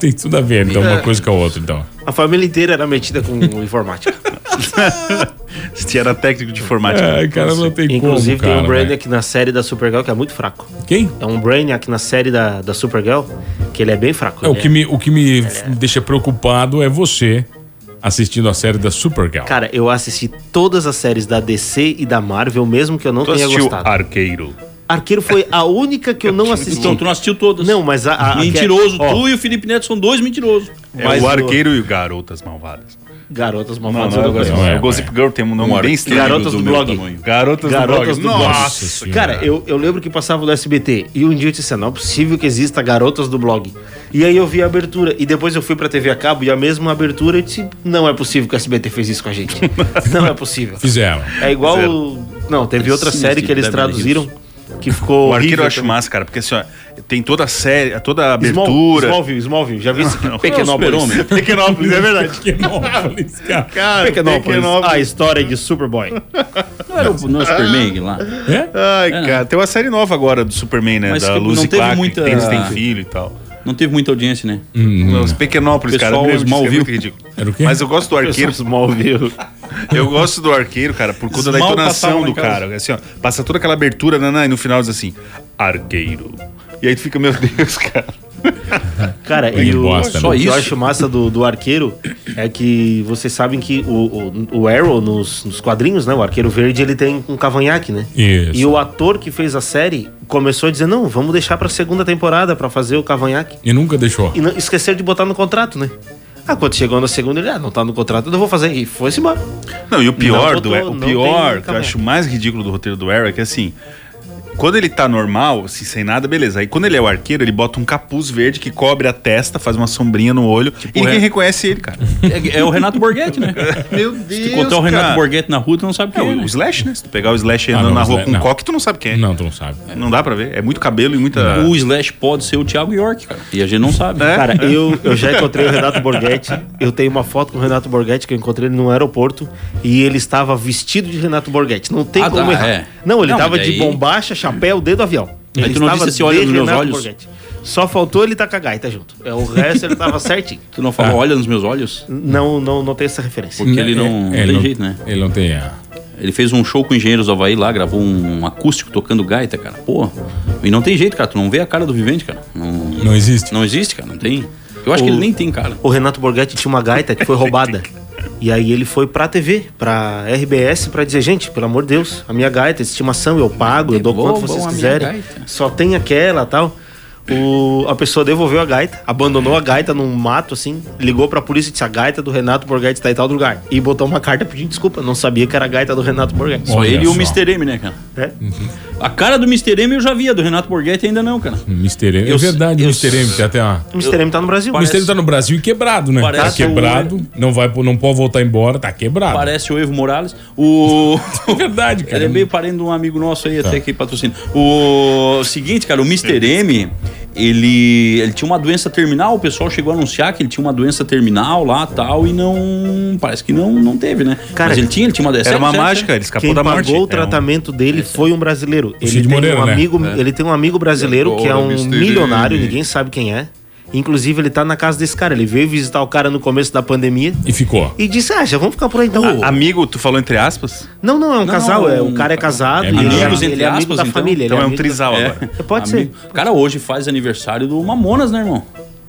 Speaker 7: Tem tudo a ver, então,
Speaker 9: É.
Speaker 7: uma coisa com a outra, então.
Speaker 9: A família inteira era metida com informática.
Speaker 8: Este era técnico de informática.
Speaker 7: É, cara, não tem
Speaker 9: Inclusive,
Speaker 7: como,
Speaker 9: tem um
Speaker 7: cara,
Speaker 9: Brainiac na série da Supergirl que é muito fraco.
Speaker 7: velho. Quem?
Speaker 9: É um Brainiac na série da, da Supergirl que ele é bem fraco.
Speaker 7: É, o
Speaker 9: Ele
Speaker 7: que me, o que me deixa preocupado é você assistindo a série da Supergirl.
Speaker 9: Cara, eu assisti todas as séries da DC e da Marvel, mesmo que eu não
Speaker 8: Tu
Speaker 9: tenha
Speaker 8: assistiu
Speaker 9: gostado.
Speaker 8: Arqueiro.
Speaker 9: Arqueiro foi a única que eu não assisti.
Speaker 10: Então, tu não assistiu todas.
Speaker 9: Não, mas a- a-
Speaker 10: Mentiroso.
Speaker 9: a- ó.
Speaker 10: tu e o Felipe Neto são dois mentirosos.
Speaker 8: É
Speaker 9: Mas
Speaker 8: o
Speaker 9: o-
Speaker 8: Arqueiro e o Garotas Malvadas.
Speaker 9: Garotas
Speaker 8: Não,
Speaker 9: Malvadas
Speaker 8: não,
Speaker 9: eu não gosto.
Speaker 7: não é,
Speaker 8: o Gossip Girl tem um nome bem estranho.
Speaker 9: Garotas do
Speaker 8: meu
Speaker 9: blog.
Speaker 8: tamanho. Garotas,
Speaker 9: Garotas
Speaker 8: do
Speaker 9: do
Speaker 8: blog.
Speaker 9: blog.
Speaker 8: Nossa
Speaker 7: Nossa
Speaker 9: Cara, eu, eu lembro que passava no SBT e um dia eu disse, não é possível que exista Garotas do Blog. E aí eu vi a abertura e depois eu fui pra TV a cabo e a mesma abertura eu disse, não é possível que a SBT fez isso com a gente. não é possível.
Speaker 7: Fizeram.
Speaker 9: É igual...
Speaker 8: Zero.
Speaker 9: Não, teve outra
Speaker 10: Sim,
Speaker 9: série
Speaker 10: sim,
Speaker 9: que eles
Speaker 10: Beverly
Speaker 9: traduziram que ficou
Speaker 8: O arqueiro
Speaker 9: horrível
Speaker 8: eu acho
Speaker 9: também.
Speaker 8: massa, cara, porque assim, ó, tem toda a série, toda a
Speaker 9: Small-
Speaker 8: abertura.
Speaker 9: Smallville, Smallville. Já vi esse
Speaker 8: Não, não.
Speaker 9: Pequenópolis.
Speaker 8: Super-Homem.
Speaker 9: Pequenópolis, é verdade.
Speaker 7: Pequenópolis, cara.
Speaker 8: Cara,
Speaker 9: Pequenópolis,
Speaker 8: Pequenópolis.
Speaker 9: a história de Superboy.
Speaker 10: Não era o não era o Superman lá.
Speaker 7: É?
Speaker 8: Ai,
Speaker 10: É,
Speaker 8: cara, tem uma série nova agora do Superman, né?
Speaker 10: Mas
Speaker 8: da
Speaker 10: que
Speaker 8: Luz
Speaker 10: não
Speaker 8: e
Speaker 10: teve
Speaker 8: Clark,
Speaker 10: muita-
Speaker 8: que tem, eles têm filho e tal.
Speaker 10: Não teve muita audiência, né?
Speaker 8: Os Pequenópolis,
Speaker 10: Pessoal,
Speaker 8: cara,
Speaker 10: o Smallville.
Speaker 8: viu? ridículo.
Speaker 7: Era o quê?
Speaker 8: Mas eu gosto do arqueiro.
Speaker 9: Smallville.
Speaker 8: Eu gosto do arqueiro, cara, por conta da
Speaker 10: Small
Speaker 8: entonação
Speaker 10: passava
Speaker 8: do
Speaker 10: na casa.
Speaker 8: cara. Assim, ó, passa toda aquela abertura, nanã, e no final diz assim, arqueiro. E aí tu fica, meu Deus, cara.
Speaker 9: Cara,
Speaker 7: Que
Speaker 9: e o,
Speaker 7: bosta,
Speaker 9: só
Speaker 7: né?
Speaker 9: o que eu
Speaker 10: Isso.
Speaker 9: acho massa do, do arqueiro é que vocês sabem que o, o, o Arrow nos, nos quadrinhos, né? O arqueiro verde, ele tem um cavanhaque, né?
Speaker 7: Isso.
Speaker 9: E o ator que fez a série começou a dizer: não, vamos deixar pra segunda temporada pra fazer o cavanhaque.
Speaker 7: E nunca deixou.
Speaker 9: E não, esqueceram de botar no contrato, né? Ah, quando chegou na segunda, ele, ah, não tá no contrato, eu não vou fazer. E foi-se embora.
Speaker 8: Não, e o pior
Speaker 9: Não
Speaker 8: do
Speaker 9: botou,
Speaker 8: o
Speaker 9: não
Speaker 8: pior
Speaker 9: tem
Speaker 8: que eu
Speaker 9: caminho.
Speaker 8: acho mais ridículo do roteiro do Arrow é que assim, quando ele tá normal, assim, sem nada, beleza. Aí quando ele é o arqueiro, ele bota um capuz verde que cobre a testa, faz uma sombrinha no olho, e ninguém
Speaker 10: Ren-
Speaker 8: reconhece ele, cara.
Speaker 10: É, é o Renato Borghetti, né?
Speaker 8: Meu Deus,
Speaker 10: Se tu contar o Renato Borghetti na rua, tu não sabe
Speaker 8: É,
Speaker 10: quem é.
Speaker 8: o
Speaker 10: né?
Speaker 8: Slash, né? Se tu pegar o Slash
Speaker 7: Ah,
Speaker 8: andando
Speaker 7: não,
Speaker 8: na
Speaker 7: o
Speaker 8: rua
Speaker 7: Slash-
Speaker 8: com
Speaker 7: não.
Speaker 8: um coque, tu não sabe quem é.
Speaker 7: Não, tu não sabe.
Speaker 8: Não dá pra ver. É muito cabelo e muita...
Speaker 10: O Slash pode ser o Thiago York, cara. E a gente não sabe.
Speaker 8: É?
Speaker 9: Cara, eu, eu já encontrei o Renato Borghetti. Eu tenho uma foto com o Renato Borghetti que eu encontrei ele no aeroporto e ele estava vestido de Renato Borghetti. Não tem
Speaker 10: Ah,
Speaker 9: como
Speaker 10: tá,
Speaker 9: errar.
Speaker 10: é.
Speaker 9: Não, ele
Speaker 10: Não,
Speaker 9: estava
Speaker 10: mas
Speaker 9: de
Speaker 10: daí-
Speaker 9: bombacha, chapéu, dedo avião.
Speaker 10: Aí
Speaker 9: Ele
Speaker 10: tu não
Speaker 9: estava
Speaker 10: disse se olha
Speaker 9: de
Speaker 10: nos meus olhos?
Speaker 9: Só faltou ele tacagai, tá junto. É, O resto ele estava certinho.
Speaker 10: Tu não fala, olha nos meus olhos.
Speaker 9: Não, não, não tem essa referência.
Speaker 10: Porque ele não-
Speaker 7: é,
Speaker 10: não tem jeito, né?
Speaker 7: Ele não tem. ah,
Speaker 10: Ele fez um show com Engenheiros do Havaí lá, gravou um acústico tocando gaita, cara. Pô. E não tem jeito, cara. Tu não vê a cara do vivente, cara. Não,
Speaker 7: Não existe.
Speaker 10: não existe, cara. Não tem. Eu acho que
Speaker 9: O-
Speaker 10: ele nem tem cara.
Speaker 9: O Renato Borghetti tinha uma gaita que foi roubada. E aí ele foi pra TV, pra RBS, pra dizer, gente, pelo amor de Deus, a minha gaita, de estimação, eu pago, eu dou quanto
Speaker 10: Devolvam
Speaker 9: vocês
Speaker 10: a minha
Speaker 9: quiserem.
Speaker 10: gaita.
Speaker 9: Só tem aquela tal. O, a pessoa devolveu a gaita, abandonou a gaita num mato, assim, ligou pra polícia e disse, a gaita do Renato Borghetti tá em tal lugar. E botou uma carta pedindo desculpa, não sabia que era a gaita do Renato Borghetti.
Speaker 10: Só
Speaker 7: Olha
Speaker 10: ele e o
Speaker 7: só.
Speaker 10: Mr. M, né, cara?
Speaker 9: É.
Speaker 10: A cara do Mr. M eu já via, do Renato Borghetti ainda não, cara.
Speaker 7: Mr. M. É
Speaker 10: Eu-
Speaker 7: verdade,
Speaker 10: eu-
Speaker 7: Mr. M. Tem até uma.
Speaker 9: O Mr. M tá no Brasil.
Speaker 7: O Mr. M tá no Brasil e quebrado, né? Tá
Speaker 10: Parece
Speaker 7: quebrado, não, vai, não pode voltar embora, tá quebrado.
Speaker 10: Parece o Evo Morales. O.
Speaker 7: É verdade, cara.
Speaker 10: Ele é meio parente de um amigo nosso aí, até que patrocina. O seguinte, cara, o Mr. M, ele, ele tinha uma doença terminal, o pessoal chegou a anunciar que ele tinha uma doença terminal lá tal, e não. Parece que não, não teve, né?
Speaker 9: Cara,
Speaker 10: Mas ele tinha, ele tinha uma
Speaker 8: Era uma mágica, ele escapou
Speaker 9: Quem
Speaker 8: da
Speaker 9: pagou
Speaker 8: morte. É um
Speaker 9: o tratamento dele foi um brasileiro. Ele
Speaker 7: Cid
Speaker 9: tem
Speaker 7: Moreira,
Speaker 9: um
Speaker 7: né?
Speaker 9: amigo,
Speaker 8: É.
Speaker 9: ele tem um amigo brasileiro que é um milionário, ninguém sabe quem é. Inclusive ele tá na casa desse cara, ele veio visitar o cara no começo da pandemia
Speaker 7: E ficou.
Speaker 9: e disse: "Ah, já vamos ficar por aí então".
Speaker 8: A- amigo, tu falou entre aspas?
Speaker 9: Não, não, é
Speaker 10: Não,
Speaker 9: um casal, é,
Speaker 10: um-
Speaker 9: o cara é casado, e
Speaker 7: É
Speaker 9: ele, é,
Speaker 10: amigos,
Speaker 9: ele
Speaker 10: entre
Speaker 9: é amigo
Speaker 10: aspas,
Speaker 9: da
Speaker 10: então.
Speaker 9: família, ele
Speaker 8: então é um
Speaker 9: amigo da-
Speaker 8: trisal
Speaker 10: É.
Speaker 8: agora.
Speaker 9: Pode ser.
Speaker 10: O cara hoje faz aniversário do Mamonas, né, irmão?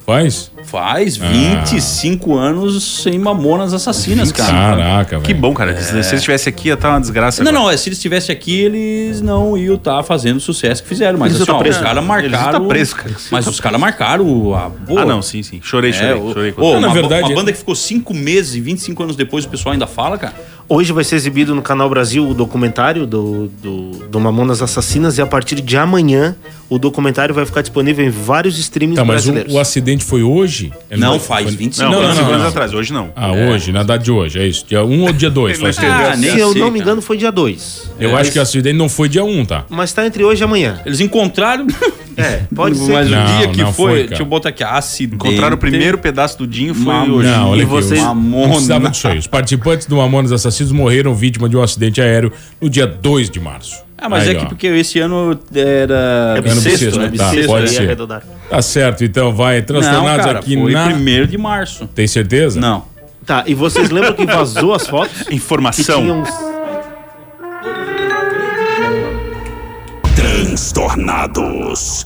Speaker 7: Faz?
Speaker 10: Faz
Speaker 7: Ah.
Speaker 10: 25 anos sem Mamonas assassinas, cara.
Speaker 7: Caraca, velho.
Speaker 8: Que bom, cara. Se ele estivesse aqui, ia estar uma desgraça.
Speaker 10: Não,
Speaker 8: agora.
Speaker 10: não, é, se eles estivessem aqui, eles não iam estar fazendo o sucesso que fizeram. Mas
Speaker 8: Eles
Speaker 10: assim,
Speaker 8: iam
Speaker 10: ó,
Speaker 8: tá
Speaker 10: os
Speaker 8: preso.
Speaker 10: caras
Speaker 8: Eles iam
Speaker 10: marcaram.
Speaker 8: tá preso, cara. Eles iam
Speaker 10: Mas
Speaker 8: tá
Speaker 10: os caras marcaram a boa.
Speaker 8: Ah, não, sim, sim. Chorei, chorei.
Speaker 10: É, o-
Speaker 8: chorei
Speaker 10: Ô,
Speaker 7: Não, na
Speaker 10: uma,
Speaker 7: verdade- é-
Speaker 10: uma banda que ficou cinco meses e 25 anos depois o pessoal ainda fala, cara.
Speaker 9: Hoje vai ser exibido no Canal Brasil o documentário do, do, do Mamonas Assassinas e a partir de amanhã o documentário vai ficar disponível em vários streams
Speaker 7: Tá, mas o,
Speaker 9: brasileiros.
Speaker 7: o acidente foi hoje? Ele
Speaker 10: Não,
Speaker 7: foi-
Speaker 10: faz
Speaker 7: foi-
Speaker 10: 25
Speaker 8: Não,
Speaker 7: Não, não,
Speaker 8: quantos
Speaker 7: não,
Speaker 8: anos
Speaker 7: não.
Speaker 8: atrás, hoje não.
Speaker 7: Ah, hoje, na data de hoje, é isso. Dia 1 ou dia 2?
Speaker 8: Ele não
Speaker 7: faz
Speaker 8: entendeu.
Speaker 7: tempo.
Speaker 10: Ah, nem
Speaker 9: Se eu
Speaker 10: sei,
Speaker 9: não me
Speaker 10: cara.
Speaker 9: engano foi dia 2.
Speaker 7: Eu acho que o acidente não foi dia 1, tá?
Speaker 9: Mas tá entre hoje e amanhã.
Speaker 10: Eles encontraram.
Speaker 9: É, pode ser.
Speaker 10: Mas
Speaker 7: Não,
Speaker 10: o dia que
Speaker 7: não
Speaker 10: foi.
Speaker 7: foi, cara.
Speaker 10: deixa eu botar aqui. Acidente.
Speaker 8: Encontraram o primeiro pedaço do Dinho, foi
Speaker 10: Não,
Speaker 8: hoje.
Speaker 7: Não, olha
Speaker 9: E
Speaker 7: aqui,
Speaker 9: você-
Speaker 7: os-
Speaker 10: Mamonas.
Speaker 7: não precisava disso aí. Os participantes do Mamonas Assassinos morreram vítima de um acidente aéreo no dia 2 de março.
Speaker 10: Ah, mas é
Speaker 7: Aí,
Speaker 10: que
Speaker 7: ó.
Speaker 10: porque esse ano era.
Speaker 9: É
Speaker 7: bissexto,
Speaker 10: bissexto,
Speaker 7: né?
Speaker 10: né?
Speaker 7: Tá,
Speaker 9: Bissexto,
Speaker 7: pode
Speaker 9: eu ia
Speaker 7: ser.
Speaker 9: arredondar.
Speaker 7: Tá certo, então vai.
Speaker 10: Não,
Speaker 7: Transtornados
Speaker 10: cara,
Speaker 7: aqui
Speaker 10: foi
Speaker 7: na.
Speaker 10: primeiro de março.
Speaker 7: Tem certeza?
Speaker 10: Não.
Speaker 9: Tá, e vocês lembram que vazou as fotos? Que
Speaker 8: Informação.
Speaker 9: tinham...
Speaker 4: Transtornados.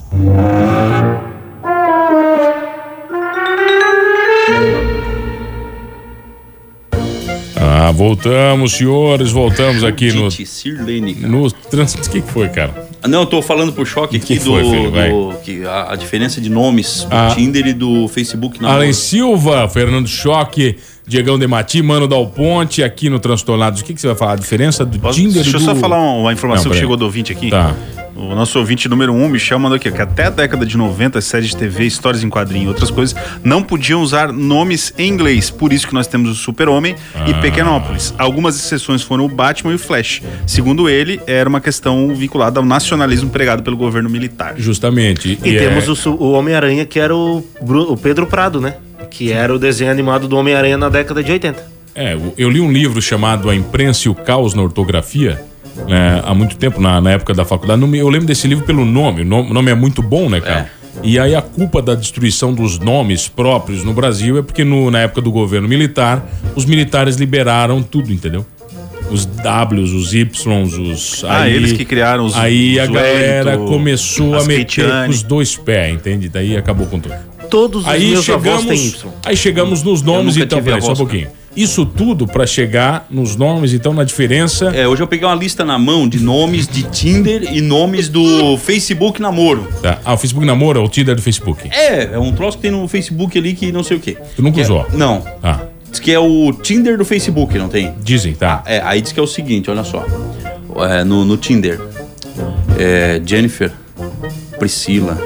Speaker 7: Ah, voltamos, senhores. Voltamos aqui no.
Speaker 10: Dite Sirlene, cara.
Speaker 7: No trans... O que que foi, cara?
Speaker 10: Ah, Não, eu tô falando pro choque aqui
Speaker 7: Que
Speaker 10: do,
Speaker 7: foi, filho, vai.
Speaker 10: do- que a, a diferença de nomes do
Speaker 7: Ah.
Speaker 10: Tinder e do Facebook
Speaker 8: Tá
Speaker 10: na
Speaker 7: Alan Silva, Fernando Choque, Diegão Demati, Mano Dal Ponte, aqui no Transtornados. O que, que você vai falar? A diferença do
Speaker 8: Posso-
Speaker 7: Tinder e
Speaker 8: Deixa eu
Speaker 7: do...
Speaker 8: só falar um- uma informação
Speaker 7: Não,
Speaker 8: que
Speaker 7: peraí.
Speaker 8: chegou do ouvinte aqui.
Speaker 7: Tá.
Speaker 8: O nosso ouvinte número um, Michel, mandou aqui que até a década de 90, as séries de TV, histórias em quadrinho e outras coisas não podiam usar nomes em inglês. Por isso que nós temos o Super-Homem
Speaker 7: Ah.
Speaker 8: e Pequenópolis. Algumas exceções foram o Batman e o Flash. Segundo ele, era uma questão vinculada ao nacionalismo pregado pelo governo militar.
Speaker 7: Justamente.
Speaker 9: E
Speaker 7: é-
Speaker 9: temos o, su- o Homem-Aranha, que era o, Bru- o Pedro Prado, né? Que era o desenho animado do Homem-Aranha na década de 80.
Speaker 7: É, eu- eu li um livro chamado A Imprensa e o Caos na Ortografia, né, há muito tempo, na, na época da faculdade. Não me- Eu lembro desse livro pelo nome. O nome, o nome é muito bom, né, cara? E aí a culpa da destruição dos nomes próprios no Brasil é porque no- na época do governo militar, os militares liberaram tudo, entendeu? Os Ws, os Ys, os...
Speaker 8: Ah, eles que criaram os-
Speaker 7: Aí a
Speaker 8: os
Speaker 7: galera
Speaker 8: Wellington,
Speaker 7: começou a
Speaker 8: as
Speaker 7: meter
Speaker 8: Keitiane.
Speaker 7: os dois pés, entende? Daí acabou com tudo.
Speaker 9: Todos os
Speaker 7: Aí
Speaker 9: meus avós têm
Speaker 7: chegamos,
Speaker 9: Y.
Speaker 7: aí chegamos nos nomes,
Speaker 10: nunca
Speaker 7: então,
Speaker 10: tive
Speaker 7: peraí, só um
Speaker 10: avós, cara.
Speaker 7: pouquinho. Isso tudo pra chegar nos nomes, então, na diferença.
Speaker 10: É, hoje eu peguei uma lista na mão de nomes de Tinder e nomes do Facebook namoro.
Speaker 7: Tá. Ah, o Facebook namoro é o Tinder do Facebook.
Speaker 10: É, é um troço que tem no Facebook ali que não sei o quê.
Speaker 7: Tu nunca
Speaker 10: Que é-
Speaker 7: usou?
Speaker 10: Não.
Speaker 7: Ah,
Speaker 10: Diz que é o Tinder do Facebook, não tem?
Speaker 7: dizem, tá.
Speaker 10: É, aí diz que é o seguinte, olha só. É, no, no Tinder. É, Jennifer, Priscila,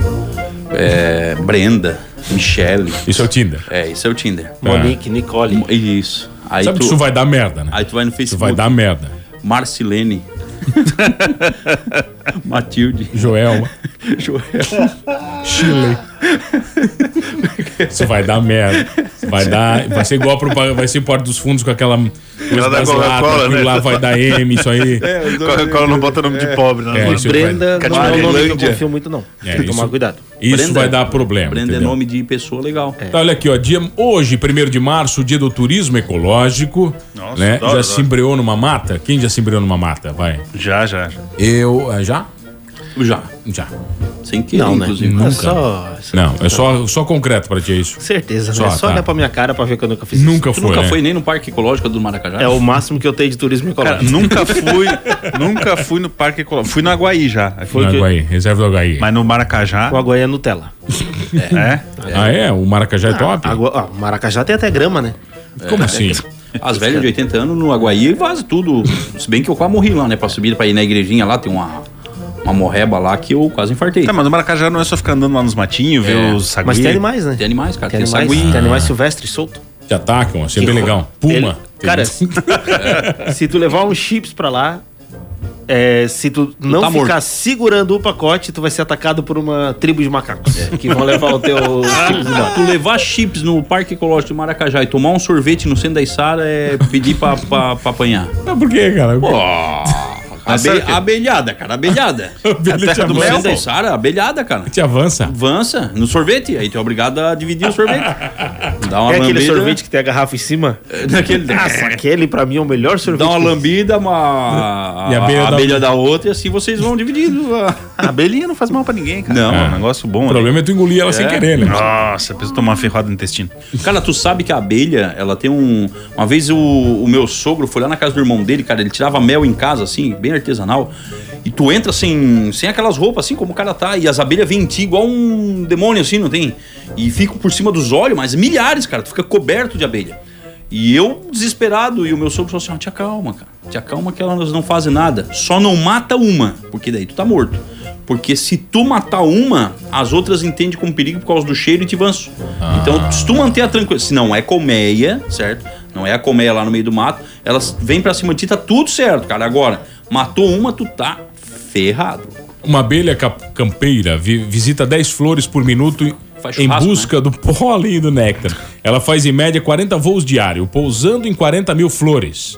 Speaker 10: é, Brenda, Michelle.
Speaker 7: Isso é o Tinder.
Speaker 10: É, isso é o Tinder.
Speaker 7: Ah.
Speaker 9: Monique, Nicole.
Speaker 10: Isso. Aí
Speaker 7: Sabe
Speaker 10: tu,
Speaker 7: que isso vai dar merda, né?
Speaker 10: aí tu vai no
Speaker 7: Isso
Speaker 10: Facebook.
Speaker 7: vai dar merda.
Speaker 10: Marcilene. Matilde.
Speaker 7: Joelma,
Speaker 10: Joel.
Speaker 7: Chile. Isso vai dar merda. Isso Vai dar. Vai ser igual a propa- vai ser parte dos fundos com aquela. Coisa
Speaker 8: da
Speaker 7: das
Speaker 8: Coca-Cola,
Speaker 7: latas, aquilo
Speaker 8: né? É.
Speaker 7: lá vai dar M, isso aí.
Speaker 8: Coca-Cola não bota nome de pobre, né?
Speaker 7: É,
Speaker 8: mano?
Speaker 7: isso vai-
Speaker 9: Brenda não é um nome que eu
Speaker 8: Catilândia.
Speaker 9: confio muito, não. Tem que
Speaker 7: É isso-
Speaker 9: tomar cuidado.
Speaker 7: Isso
Speaker 10: Brenda-
Speaker 7: vai dar problema.
Speaker 10: Brenda é
Speaker 7: entendeu?
Speaker 10: nome de pessoa legal.
Speaker 9: É.
Speaker 7: Tá, olha aqui, ó, dia, hoje, 1 de março, dia do turismo ecológico.
Speaker 8: Nossa,
Speaker 7: né?
Speaker 8: adoro,
Speaker 7: já
Speaker 8: adoro.
Speaker 7: se embriou numa mata? Quem já se embriou numa mata? Vai.
Speaker 8: Já, já, já.
Speaker 7: Eu. ah, Já?
Speaker 10: Já.
Speaker 7: Já.
Speaker 10: Sem querer,
Speaker 9: Não, né?
Speaker 10: inclusive.
Speaker 9: É só.
Speaker 7: Não, é só, só concreto pra ti, é isso.
Speaker 9: Certeza,
Speaker 7: Só,
Speaker 9: né? É só
Speaker 7: tá.
Speaker 9: olhar pra minha cara pra ver que eu nunca fiz
Speaker 7: Nunca
Speaker 10: Tu
Speaker 7: foi.
Speaker 10: nunca
Speaker 7: né?
Speaker 10: foi nem no Parque Ecológico do Maracajá?
Speaker 9: isso. É o máximo que eu tenho de turismo
Speaker 8: Cara,
Speaker 9: ecológico.
Speaker 8: nunca fui, nunca fui no Parque Ecológico. Fui no Aguaí já. Aí
Speaker 7: No
Speaker 8: Foi que-
Speaker 7: Aguaí, reserva do Aguaí.
Speaker 8: Mas no Maracajá,
Speaker 9: O Aguaí é Nutella.
Speaker 8: é.
Speaker 7: Ah, é? O Maracajá é top?
Speaker 9: Agua... ah, Maracajá tem até grama, né?
Speaker 7: Como assim?
Speaker 10: As velhas de 80 anos no Aguaí vaza tudo. Se bem que eu quase morri lá, né? Pra subir, pra ir na igrejinha lá, tem uma, uma morreba lá que eu quase infartei.
Speaker 8: Tá, mas o maracajá não é só ficar andando lá nos
Speaker 10: É.
Speaker 8: matinhos, ver os sagui.
Speaker 9: Mas tem animais, né?
Speaker 10: Tem animais, cara.
Speaker 9: Tem
Speaker 10: Tem,
Speaker 9: animais,
Speaker 10: sagui.
Speaker 9: tem animais silvestres solto.
Speaker 7: Te atacam, assim, é bem
Speaker 9: Que
Speaker 7: legal.
Speaker 9: ro-
Speaker 7: Puma.
Speaker 9: Ele- cara, se, se tu levar uns chips pra lá, é, se tu não
Speaker 10: tá
Speaker 9: ficar
Speaker 10: morto.
Speaker 9: segurando o pacote, tu vai ser atacado por uma tribo de macacos que vão levar o teu chips então. embora.
Speaker 10: Ah, Tu levar chips no Parque Ecológico de Maracajá e tomar um sorvete no centro da Içara é pedir pra, pra, pra apanhar.
Speaker 7: Ah, por quê, cara?
Speaker 10: Pô,
Speaker 8: sabe o quê?
Speaker 10: abelhada, cara, abelhada.
Speaker 7: Abelha
Speaker 10: a
Speaker 7: te
Speaker 10: terra do
Speaker 7: avança.
Speaker 10: centro da Içara, abelhada, cara.
Speaker 7: Te avança.
Speaker 10: Avança no sorvete, aí tu é obrigado a dividir o sorvete. Dá uma
Speaker 9: É aquele
Speaker 10: lambida.
Speaker 9: sorvete que tem a garrafa em cima?
Speaker 10: Daquele-
Speaker 9: Nossa, aquele pra mim é o melhor sorvete.
Speaker 10: Dá uma
Speaker 9: que existe.
Speaker 10: lambida, uma
Speaker 7: E a abelha um-
Speaker 10: a
Speaker 7: da-
Speaker 10: abelha da outra, e assim vocês vão dividindo.
Speaker 8: A Ah, abelhinha não faz mal pra ninguém, cara.
Speaker 10: Não.
Speaker 8: É um negócio bom.
Speaker 7: O
Speaker 8: ali.
Speaker 7: problema é tu engolir ela sem querer, né?
Speaker 8: Nossa, preciso tomar uma ferrada no intestino.
Speaker 10: Cara, tu sabe que a abelha, ela tem um. Uma vez o, o meu sogro foi lá na casa do irmão dele, cara, ele tirava mel em casa, assim, bem artesanal. E tu entra sem, sem aquelas roupas, assim, como o cara tá, e as abelhas vêm em ti igual um demônio, assim, não tem? E ficam por cima dos olhos, mas milhares, cara, tu fica coberto de abelha. E eu, desesperado, e o meu sogro falou assim: ó, te acalma, cara, te acalma que elas não fazem nada. Só não mata uma, porque daí tu tá morto. Porque se tu matar uma, as outras entendem como perigo por causa do cheiro e te vanço.
Speaker 7: Ah.
Speaker 10: Então, se tu manter a tranquilidade, se não é colmeia, certo? Não é a colmeia lá no meio do mato, elas vêm pra cima de ti, tá tudo certo, cara. Agora, matou uma, tu tá ferrado.
Speaker 7: Uma abelha cap- campeira vi- visita 10 flores por minuto em-
Speaker 10: Faz
Speaker 7: em
Speaker 10: churrasco,
Speaker 7: busca do pólen e do néctar. Ela faz em média 40 voos diários, pousando em 40 mil flores.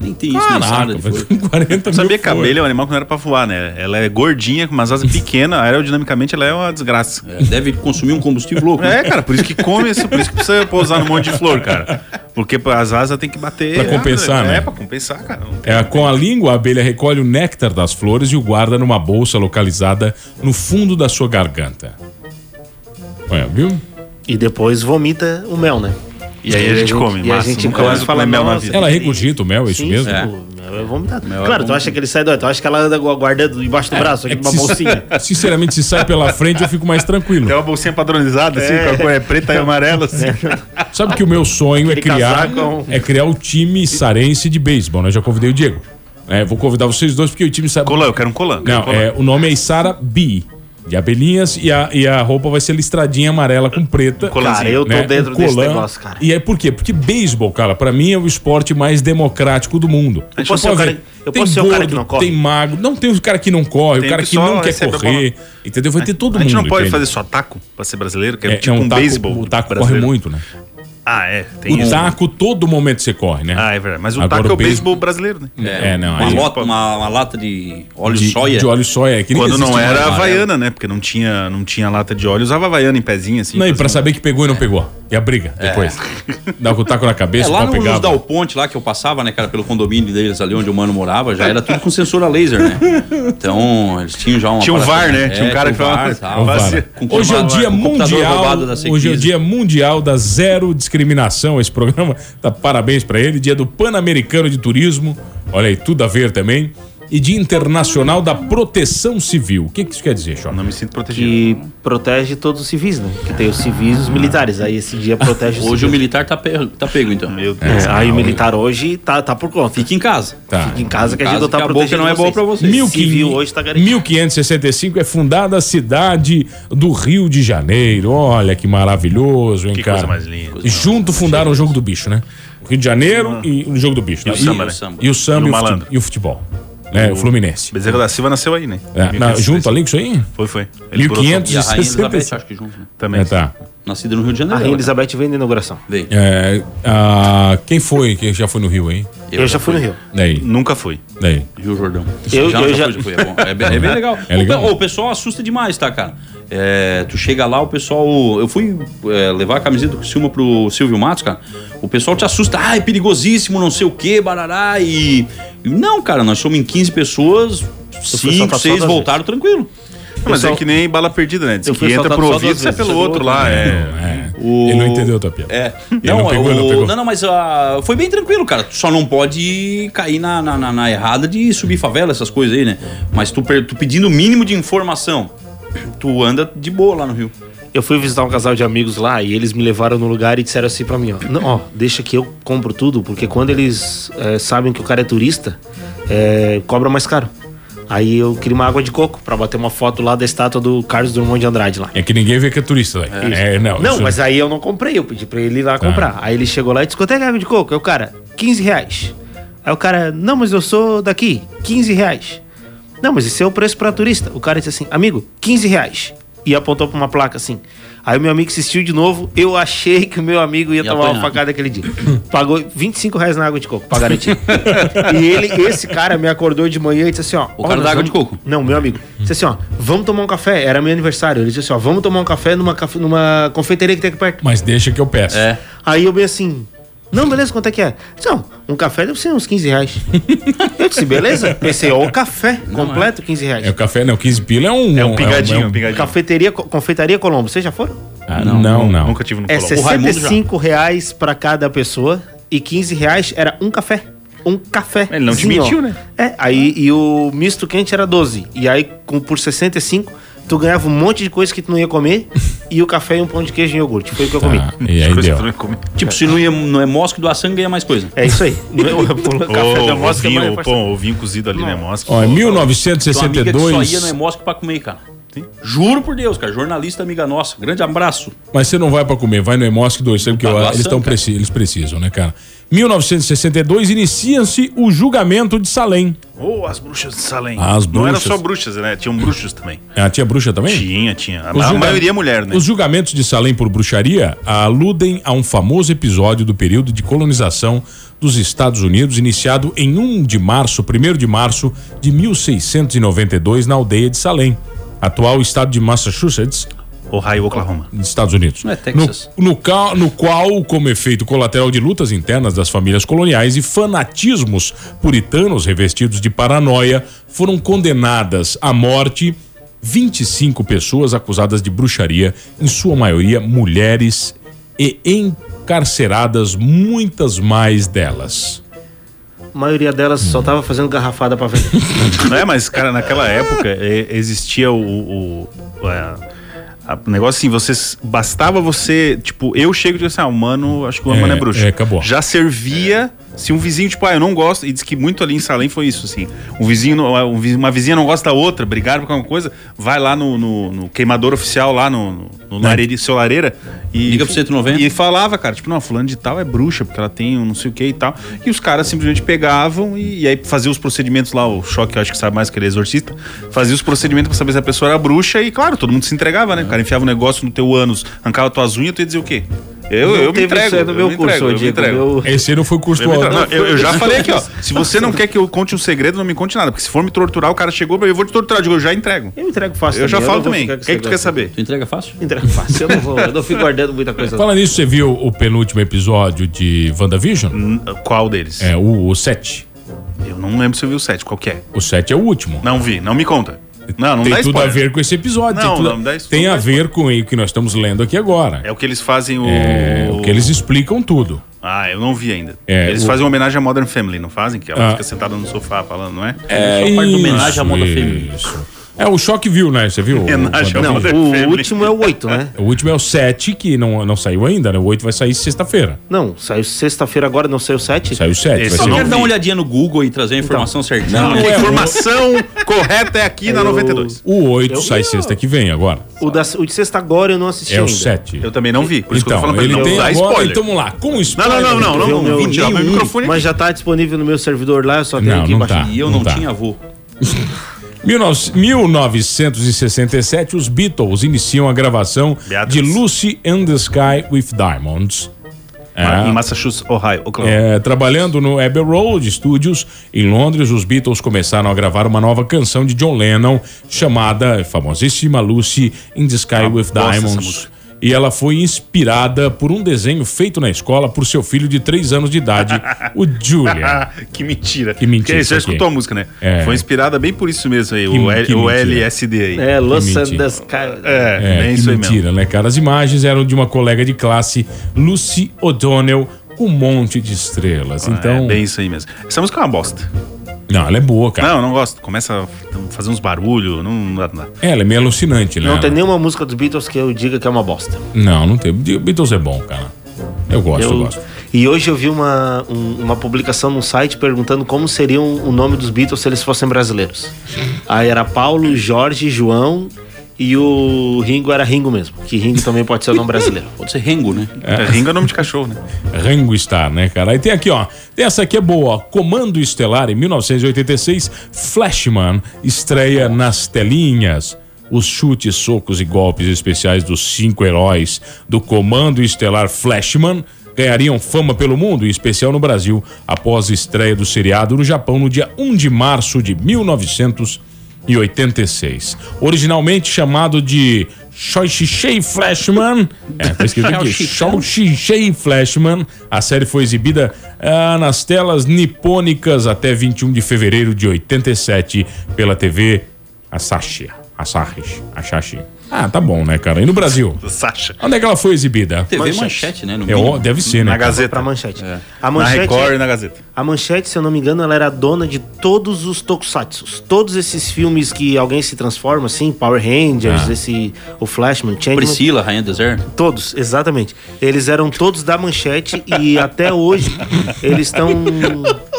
Speaker 10: Nem tem isso, nem
Speaker 7: Caraca,
Speaker 10: Ah, nada.
Speaker 7: velho, 40 mil
Speaker 8: Sabia que a
Speaker 7: flores.
Speaker 8: abelha é um animal que não era pra voar, né? Ela é gordinha, com umas asas pequenas, aerodinamicamente ela é uma desgraça.
Speaker 10: Deve consumir um combustível louco. né?
Speaker 8: É, cara, por isso que come, isso, por isso que precisa pousar num monte de flor, cara. Porque as asas tem que bater.
Speaker 7: Pra compensar,
Speaker 8: é,
Speaker 7: né?
Speaker 8: É, pra compensar, cara. Não tem-
Speaker 7: É, com a língua, a abelha recolhe o néctar das flores e o guarda numa bolsa localizada no fundo da sua garganta. Olha, viu?
Speaker 9: E depois vomita o mel, né?
Speaker 8: E aí a gente come,
Speaker 9: E a
Speaker 8: massa,
Speaker 9: gente
Speaker 8: nunca
Speaker 9: come
Speaker 8: mais
Speaker 9: e fala
Speaker 8: come mel
Speaker 9: mel
Speaker 8: na
Speaker 9: na
Speaker 8: vida.
Speaker 7: Ela regurgita o mel, é isso
Speaker 9: Sim,
Speaker 7: mesmo?
Speaker 9: tipo, mel é vomitado.
Speaker 10: Mel é
Speaker 9: claro, tu
Speaker 10: bom.
Speaker 9: acha que ele sai do... Tu acha que ela anda guardando embaixo do braço, aqui
Speaker 7: É
Speaker 9: numa
Speaker 7: que se-
Speaker 9: bolsinha. Então,
Speaker 7: Sinceramente, se sai pela frente, eu fico mais tranquilo.
Speaker 8: Tem uma bolsinha padronizada, assim, com a cor é preta e amarela, assim.
Speaker 7: Sabe que o meu sonho é
Speaker 9: Aquele
Speaker 7: criar,
Speaker 9: casaco é um-
Speaker 7: é criar o time sarense de beisebol, né? Eu já convidei o Diego. É, vou convidar vocês dois porque o time sabe.
Speaker 8: Colã, eu quero um colã. quero um
Speaker 7: Não,
Speaker 8: colã.
Speaker 7: é, o nome é Isara B. De abelhinhas e a, e a roupa vai ser listradinha amarela com preta.
Speaker 9: Cara, eu tô
Speaker 7: né?
Speaker 9: dentro
Speaker 7: Um
Speaker 9: desse
Speaker 7: colã.
Speaker 9: negócio, cara.
Speaker 7: E é por quê? Porque beisebol, cara, pra mim é o esporte mais democrático do mundo.
Speaker 9: Eu posso ser
Speaker 7: Você
Speaker 9: o
Speaker 7: pode
Speaker 9: cara-
Speaker 7: ver,
Speaker 9: eu
Speaker 7: tem
Speaker 9: posso ser o cara que
Speaker 7: gordo,
Speaker 9: não corre?
Speaker 7: Tem magro, não tem o cara que não corre,
Speaker 8: Tem
Speaker 7: o cara
Speaker 8: que
Speaker 7: que não
Speaker 8: só
Speaker 7: quer
Speaker 8: recebe a
Speaker 7: correr, entendeu?
Speaker 9: É.
Speaker 7: Vai ter todo
Speaker 8: a gente
Speaker 7: mundo.
Speaker 8: não pode
Speaker 7: entende?
Speaker 8: fazer só taco pra ser brasileiro, que é,
Speaker 7: é,
Speaker 8: tipo
Speaker 7: é
Speaker 8: um
Speaker 7: taco,
Speaker 8: beisebol.
Speaker 7: O taco corre
Speaker 8: brasileiro.
Speaker 7: muito, né?
Speaker 8: Ah, é. Tem
Speaker 7: O
Speaker 8: isso.
Speaker 7: taco, todo momento você corre, né?
Speaker 8: Ah, é verdade. Mas o
Speaker 7: Agora
Speaker 8: taco é
Speaker 7: o
Speaker 8: o
Speaker 7: beis-
Speaker 8: beisebol brasileiro, né?
Speaker 7: É, não,
Speaker 10: Uma,
Speaker 7: aí-
Speaker 10: lota, uma, uma lata de óleo
Speaker 7: de,
Speaker 10: soia.
Speaker 7: de óleo soia. Que nem
Speaker 8: Quando
Speaker 7: existe
Speaker 8: não
Speaker 7: mais
Speaker 8: era
Speaker 7: amarelo.
Speaker 8: havaiana, né? Porque não tinha, não tinha lata de óleo, usava havaiana em pezinho, assim.
Speaker 7: Não, e pra
Speaker 8: assim.
Speaker 7: saber que pegou e não pegou. E a briga
Speaker 8: É.
Speaker 7: depois. Dá com o taco na
Speaker 10: É,
Speaker 7: cabeça,
Speaker 10: lá
Speaker 7: pra
Speaker 10: no
Speaker 7: pegar.
Speaker 10: nos Dal Ponte, lá que eu passava, né, cara, pelo condomínio deles ali onde o mano morava, já era tudo com sensor a laser, né? Então, eles tinham já uma.
Speaker 8: Tinha um
Speaker 10: parada-
Speaker 8: VAR, né? Tinha um cara
Speaker 10: com
Speaker 8: que falava-
Speaker 10: VAR,
Speaker 7: Ó,
Speaker 10: tal.
Speaker 8: Vai
Speaker 7: vara.
Speaker 8: ser-
Speaker 10: Com
Speaker 7: Hoje é o
Speaker 10: computador-
Speaker 7: dia
Speaker 10: com computador
Speaker 7: mundial.
Speaker 10: roubado da Sequisa.
Speaker 7: Hoje é o dia mundial da zero discriminação. Esse programa tá parabéns pra ele. Dia do Pan-Americano de Turismo. Olha aí, tudo a ver também. E Dia Internacional da Proteção Civil. O que, que isso quer dizer, Chora?
Speaker 8: Não me sinto protegido.
Speaker 9: Que protege todos os civis, né? Que tem os civis e os militares. Aí esse dia protege os
Speaker 10: Hoje o
Speaker 9: civis.
Speaker 10: militar tá pego, tá pego então.
Speaker 8: Meu Deus.
Speaker 9: É, aí o militar hoje tá, tá por conta.
Speaker 10: Fica em casa.
Speaker 7: Tá.
Speaker 9: Fica em casa que a gente
Speaker 10: Casa
Speaker 9: não tá
Speaker 10: que a boca
Speaker 9: protegendo
Speaker 10: não é boa
Speaker 9: vocês.
Speaker 10: pra vocês.
Speaker 9: Mil
Speaker 7: Mil
Speaker 9: civil
Speaker 7: quin-
Speaker 9: hoje tá garantido.
Speaker 7: 1565 é fundada a cidade do Rio de Janeiro. Olha que maravilhoso, hein,
Speaker 8: Que
Speaker 7: cara?
Speaker 8: coisa mais linda.
Speaker 7: E junto fundaram o Jogo do Bicho, né? O Rio de Janeiro e o Jogo do Bicho.
Speaker 10: E
Speaker 7: né?
Speaker 10: o samba,
Speaker 7: e,
Speaker 10: né? samba.
Speaker 7: E o samba
Speaker 8: E
Speaker 7: e o,
Speaker 8: o
Speaker 7: fute-
Speaker 8: malandro.
Speaker 7: e o futebol. né? o Fluminense.
Speaker 8: Bezerra da Silva nasceu aí, né?
Speaker 7: É, na- junto ali com isso aí?
Speaker 8: Foi, foi. Ele morou
Speaker 7: 1500
Speaker 10: E a Rainha
Speaker 7: 65.
Speaker 10: Elizabeth, acho que junto, né?
Speaker 8: Também.
Speaker 7: É, tá.
Speaker 10: Nascida no Rio de
Speaker 9: A
Speaker 10: Janeiro. né?
Speaker 9: Rainha
Speaker 10: ela, cara.
Speaker 9: Elizabeth vem na inauguração.
Speaker 10: Veio.
Speaker 7: É, ah, quem foi que já foi no Rio, hein?
Speaker 9: Eu, já fui no Rio.
Speaker 7: Daí,
Speaker 8: Nunca fui.
Speaker 7: daí.
Speaker 10: Rio Jordão.
Speaker 9: Eu-
Speaker 10: já,
Speaker 9: eu
Speaker 10: já
Speaker 9: já-
Speaker 10: fui, já fui, é bom. É bem, é bem legal.
Speaker 7: É legal.
Speaker 10: O pe- O, pessoal assusta demais, tá, cara? É, tu chega lá, o pessoal. Eu fui é, levar a camiseta do Silma pro Silvio Matos, cara. O pessoal te assusta, ah, é perigosíssimo, não sei o quê, barará. E. e Não, cara, nós somos em 15 pessoas, 5,
Speaker 9: pessoal tá
Speaker 10: 6
Speaker 9: só das
Speaker 10: voltaram tranquilo.
Speaker 8: Não, mas é que nem bala perdida, né? Diz
Speaker 9: Eu
Speaker 8: que
Speaker 9: fui
Speaker 8: entra
Speaker 9: assaltado
Speaker 8: por um
Speaker 9: só
Speaker 8: ouvido,
Speaker 9: duas
Speaker 8: sai
Speaker 9: vezes. né?
Speaker 8: pelo outro lá. É.
Speaker 7: É.
Speaker 10: O-
Speaker 7: Ele não entendeu a tua piada.
Speaker 10: É.
Speaker 7: Ele
Speaker 10: Não,
Speaker 7: não pegou,
Speaker 10: o-
Speaker 7: ele não pegou.
Speaker 10: não, não, mas ah, foi bem tranquilo, cara. Tu só não pode cair na, na, na- na errada de subir favela, essas coisas aí, né? Mas tu, per- tu pedindo o mínimo de informação, tu anda de boa lá no Rio.
Speaker 9: Eu fui visitar um casal de amigos lá e eles me levaram no lugar e disseram assim pra mim, ó. Não, ó, deixa que eu compro eh, tudo, porque quando eles é, sabem que o cara é turista, é, cobra eh, mais caro. Aí eu queria uma água de coco pra bater uma foto lá da estátua do Carlos Drummond de Andrade lá.
Speaker 7: É que ninguém vê que é turista, velho. É, não.
Speaker 9: Não,
Speaker 7: isso- Tá.
Speaker 9: mas aí eu não comprei, eu pedi pra ele ir lá comprar. Aí ele chegou lá e disse, quanto é que é água de coco? Aí o cara, 15 reais. Aí o cara, não, mas eu sou daqui, 15 reais. Não, mas esse é o preço pra turista. O cara disse assim, amigo, 15 reais. E apontou pra uma placa assim. Aí o meu amigo insistiu de novo, eu achei que o meu amigo ia
Speaker 10: Ia
Speaker 9: tomar uma
Speaker 10: apanhar.
Speaker 9: facada aquele dia. Pagou 25 reais na água de coco, pra garantir. e ele, esse cara me acordou de manhã e disse assim, ó...
Speaker 10: O
Speaker 9: ó,
Speaker 10: cara
Speaker 9: nós
Speaker 10: da água
Speaker 9: vamos-
Speaker 10: de coco.
Speaker 9: não, meu amigo. Disse assim, ó, vamos tomar um café. Era meu aniversário. Ele disse assim, ó, vamos tomar um café numa, caf- numa confeiteria que tem aqui perto.
Speaker 7: Mas deixa que eu peço.
Speaker 10: É.
Speaker 9: Aí eu bem assim, não, beleza, quanto é que é? Disse, ó, um café deve ser uns 15 reais. eu disse, beleza. Pensei, ó, o café completo, 15 reais.
Speaker 7: É o café, não. 15 pila é um.
Speaker 8: É um pingadinho, um pingadinho.
Speaker 9: Cafeteria, co- confeitaria Colombo, vocês já foram?
Speaker 7: Ah, não, não.
Speaker 8: Nunca tive no
Speaker 9: É
Speaker 8: Colombo.
Speaker 10: O Raimundo já.
Speaker 9: 65 reais pra cada pessoa e 15 reais era um café. Um café.
Speaker 8: Ele não te mentiu, né?
Speaker 9: É, aí e o misto quente era 12. E aí, com, por 65, tu ganhava um monte de coisa que tu não ia comer e o café e um pão de queijo e iogurte. Foi o que eu comi.
Speaker 8: Ah,
Speaker 7: Tá, e aí
Speaker 8: Coisa
Speaker 7: deu.
Speaker 8: que eu também comi.
Speaker 10: Tipo, se não, é, não é mosca do açang, ganha mais coisa.
Speaker 9: É isso aí. o café da
Speaker 8: Ô, o
Speaker 9: mosca é
Speaker 8: vinho,
Speaker 9: mais
Speaker 8: o pão, o vinho cozido ali, né, mosca?
Speaker 7: Ó, é em
Speaker 10: Tua amiga que só ia
Speaker 7: 1962.
Speaker 10: não é mosca pra comer, cara. Juro por Deus, cara. Jornalista amiga nossa. Grande abraço.
Speaker 7: Mas você não vai pra comer, vai no Emosc 2, sempre que eu,
Speaker 10: Vai lá,
Speaker 7: eles, tão
Speaker 10: Sanca.
Speaker 7: preci- eles precisam, né, cara? 1962 inicia-se o julgamento de Salem.
Speaker 8: Ô, as bruxas de Salem.
Speaker 7: As
Speaker 8: Não eram
Speaker 7: bruxas.
Speaker 8: só bruxas, né? Tinham bruxos também.
Speaker 7: É, A tia bruxa também?
Speaker 8: Tinha, tinha. A,
Speaker 7: Os
Speaker 8: a
Speaker 7: julga-
Speaker 8: maioria é mulher, né?
Speaker 7: Os julgamentos de Salem por bruxaria aludem a um famoso episódio do período de colonização dos Estados Unidos, iniciado em 1 de março, 1 de março de 1692, na aldeia de Salem, atual estado de Massachusetts,
Speaker 8: Ohio, Oklahoma.
Speaker 7: dos Estados Unidos.
Speaker 10: Não é Texas.
Speaker 7: No, no ca- no qual, como efeito colateral de lutas internas das famílias coloniais e fanatismos puritanos revestidos de paranoia, foram condenadas à morte 25 pessoas acusadas de bruxaria, em sua maioria mulheres e encarceradas muitas mais delas.
Speaker 9: A maioria delas só tava fazendo garrafada pra vender.
Speaker 8: Não é, mas, cara, naquela época é, existia o. o, o é, a- o negócio assim, vocês. Bastava você. Tipo, eu chego e digo assim, ah, o mano, acho que o
Speaker 7: É,
Speaker 8: mano é bruxo.
Speaker 7: é, acabou.
Speaker 8: Já servia. Se um vizinho, tipo, ah, eu não gosto. E diz que muito ali em Salem foi isso, assim. Um vizinho, não- um vizinho- uma vizinha não gosta da outra, brigaram por alguma coisa, vai lá no, no- no queimador oficial, lá no, no, no lareira, seu lareira. E,
Speaker 10: Né? Liga pro 190.
Speaker 8: E falava, cara, tipo, não, fulano de tal é bruxa, porque ela tem um não sei o que e tal. E os caras simplesmente pegavam e, e aí faziam os procedimentos lá, o choque, eu acho que sabe mais que ele é exorcista, fazia os procedimentos pra saber se a pessoa era bruxa e, claro, todo mundo se entregava, né? O cara enfiava um negócio no teu ânus, arrancava tuas unhas, tu ia dizer o quê? É, Eu,
Speaker 9: Não
Speaker 8: eu me
Speaker 9: teve
Speaker 8: entrego.
Speaker 9: isso aí no
Speaker 8: eu
Speaker 9: meu
Speaker 8: me
Speaker 9: curso,
Speaker 8: entrego,
Speaker 9: ô
Speaker 8: eu me
Speaker 9: Diego.
Speaker 8: entrego.
Speaker 9: Meu-
Speaker 7: Esse aí não foi curso
Speaker 8: Eu, me
Speaker 7: do
Speaker 8: entrego. Não, eu- eu já falei aqui, ó. Se você não quer que eu conte um segredo, não me conte nada. Porque se for me torturar, o cara chegou, eu vou te torturar. Eu digo, eu já entrego.
Speaker 9: Eu entrego fácil
Speaker 8: Eu já
Speaker 9: também,
Speaker 8: falo
Speaker 9: não vou
Speaker 8: também.
Speaker 9: ficar
Speaker 8: O
Speaker 9: com
Speaker 8: que, que tu
Speaker 9: esse
Speaker 8: quer
Speaker 9: negócio.
Speaker 8: saber?
Speaker 10: Tu entrega fácil?
Speaker 9: Entrego fácil, eu não vou, eu não fico guardando muita coisa.
Speaker 7: Fala nisso, você viu o penúltimo episódio de WandaVision?
Speaker 8: N- Qual deles?
Speaker 7: É, o, o 7.
Speaker 8: Eu não lembro se eu vi o 7. Qual que é?
Speaker 7: O 7 é o último.
Speaker 8: Não vi, não me conta. Não, não
Speaker 7: tem
Speaker 8: dá
Speaker 7: tudo
Speaker 8: spoiler.
Speaker 7: a ver com esse episódio.
Speaker 8: Não,
Speaker 7: tem tudo-
Speaker 8: não, dá isso-
Speaker 7: tem
Speaker 8: não
Speaker 7: a
Speaker 8: dá
Speaker 7: ver com o que nós estamos lendo aqui agora.
Speaker 8: É o que eles fazem o.
Speaker 7: É, o que eles explicam tudo.
Speaker 8: Ah, eu não vi ainda.
Speaker 7: É,
Speaker 8: eles
Speaker 7: o-
Speaker 8: fazem uma homenagem à Modern Family, não fazem? Que ela
Speaker 7: Ah.
Speaker 8: fica sentada no sofá falando, não é?
Speaker 10: É só parte da homenagem à moda
Speaker 7: isso,
Speaker 10: feminina.
Speaker 7: isso. É o choque viu, né? Você viu? o
Speaker 8: Homenagem à
Speaker 7: Wandavision?
Speaker 8: Modern Family.
Speaker 9: O último é o 8, né?
Speaker 7: O último é o 7, que não, não saiu ainda, né? O 8 vai sair sexta-feira.
Speaker 9: Não, saiu sexta-feira agora, não saiu sete?
Speaker 7: Saiu o 7.
Speaker 8: Esse
Speaker 7: Vai ser...
Speaker 8: não
Speaker 10: Quero dar
Speaker 8: vi.
Speaker 10: uma olhadinha no Google e trazer a
Speaker 7: Então.
Speaker 10: informação certinha.
Speaker 8: Não,
Speaker 10: né?
Speaker 8: a informação correta é aqui na 92.
Speaker 7: O 8
Speaker 9: Eu-
Speaker 7: sai sexta que vem agora.
Speaker 9: O, da- o de sexta agora eu não assisti
Speaker 7: É o
Speaker 9: ainda.
Speaker 7: 7.
Speaker 8: Eu também não vi, por isso que eu tô
Speaker 7: Então,
Speaker 8: falando pra
Speaker 7: ele
Speaker 8: não
Speaker 7: tem
Speaker 8: usar
Speaker 7: agora.
Speaker 8: spoiler.
Speaker 7: Então vamos lá, com
Speaker 8: Não,
Speaker 7: spoiler.
Speaker 8: não, não, não, não, não,
Speaker 9: Meu-
Speaker 8: vi, tirar meu
Speaker 9: nenhum.
Speaker 8: microfone
Speaker 9: Mas
Speaker 8: aqui.
Speaker 9: já tá disponível no meu servidor lá, eu só tenho
Speaker 7: Não,
Speaker 9: aqui
Speaker 7: não
Speaker 9: baixar.
Speaker 7: tá.
Speaker 10: E eu não,
Speaker 7: Não tá.
Speaker 10: tinha avô.
Speaker 7: 19- 1967, os Beatles iniciam a gravação
Speaker 8: Beatles.
Speaker 7: de Lucy and the Sky with Diamonds.
Speaker 8: Em Massachusetts, Ohio, Oklahoma.
Speaker 7: É, trabalhando no Abbey Road Studios em Londres, os Beatles começaram a gravar uma nova canção de John Lennon chamada famosíssima Lucy in the Sky with
Speaker 8: Ah, gosto dessa
Speaker 7: Diamonds.
Speaker 8: música.
Speaker 7: E ela foi inspirada por um desenho feito na escola por seu filho de 3 anos de idade, o Julian.
Speaker 8: Ah, que mentira.
Speaker 7: Que mentira
Speaker 8: Porque Você já
Speaker 7: isso aqui.
Speaker 8: escutou a música, né?
Speaker 7: É.
Speaker 8: Foi inspirada bem por isso mesmo aí, o,
Speaker 7: Que-
Speaker 8: L-
Speaker 7: que
Speaker 8: o
Speaker 7: mentira.
Speaker 8: LSD
Speaker 7: tá.
Speaker 8: aí.
Speaker 9: É, Los
Speaker 7: Limite.
Speaker 9: Andes Ca-
Speaker 8: É,
Speaker 7: É,
Speaker 8: é
Speaker 7: que
Speaker 8: isso aí
Speaker 7: mentira,
Speaker 8: mesmo.
Speaker 7: né, cara? As imagens eram de uma colega de classe, Lucy O'Donnell, com um monte de estrelas. então,
Speaker 8: É bem isso aí mesmo. Essa música é uma bosta.
Speaker 7: não, ela é boa, cara.
Speaker 8: Não, eu não gosto. Começa a fazer uns barulhos, não, não dá nada.
Speaker 7: Ela é meio alucinante, né?
Speaker 9: Não tem nenhuma música dos Beatles que eu diga que é uma bosta.
Speaker 7: Não, não tem. Beatles é bom, cara. Eu gosto, eu,
Speaker 9: Eu-
Speaker 7: gosto.
Speaker 9: E hoje eu vi uma, um- uma publicação num site perguntando como seria o nome dos Beatles se eles fossem brasileiros. Aí era Paulo, Jorge, João e o Ringo era Ringo mesmo. Que Ringo também pode ser o nome brasileiro.
Speaker 10: Pode ser Rengo, né?
Speaker 8: É, Ringo é nome de cachorro, né?
Speaker 7: Rango Star, né, cara? Aí tem aqui, ó. Tem essa aqui é boa, ó. Comando Estelar, em 1986, Flashman estreia nas telinhas. Os chutes, socos e golpes especiais dos cinco heróis do Comando Estelar Flashman ganhariam fama pelo mundo, em especial no Brasil, após a estreia do seriado no Japão no dia 1 de março de 1986. Originalmente chamado de Shoushishei Flashman, é, tá escrito aqui, Shoushishei Flashman, a série foi exibida ah, nas telas nipônicas até 21 de fevereiro de 87 pela TV Asahi. Asahi. Asahi. Ah, tá bom, né, cara? E no Brasil?
Speaker 8: Sasha.
Speaker 7: Onde é que ela foi exibida?
Speaker 10: TV Manchete,
Speaker 8: Manchete,
Speaker 10: né? No
Speaker 7: É, ó,
Speaker 10: mínimo.
Speaker 7: deve ser, né?
Speaker 8: Na
Speaker 7: cara?
Speaker 8: Gazeta.
Speaker 9: Pra manchete. A
Speaker 8: A
Speaker 9: manchete. é
Speaker 8: É. Na Record né? e na Gazeta.
Speaker 9: A Manchete, se eu não me engano, ela era dona de todos os tokusatsu. Todos esses filmes que alguém se transforma, assim, Power Rangers, esse, o Flashman, Changeman.
Speaker 10: Priscila, Rainha do Deserto.
Speaker 9: Todos, exatamente. Eles eram todos da Manchete e até hoje eles estão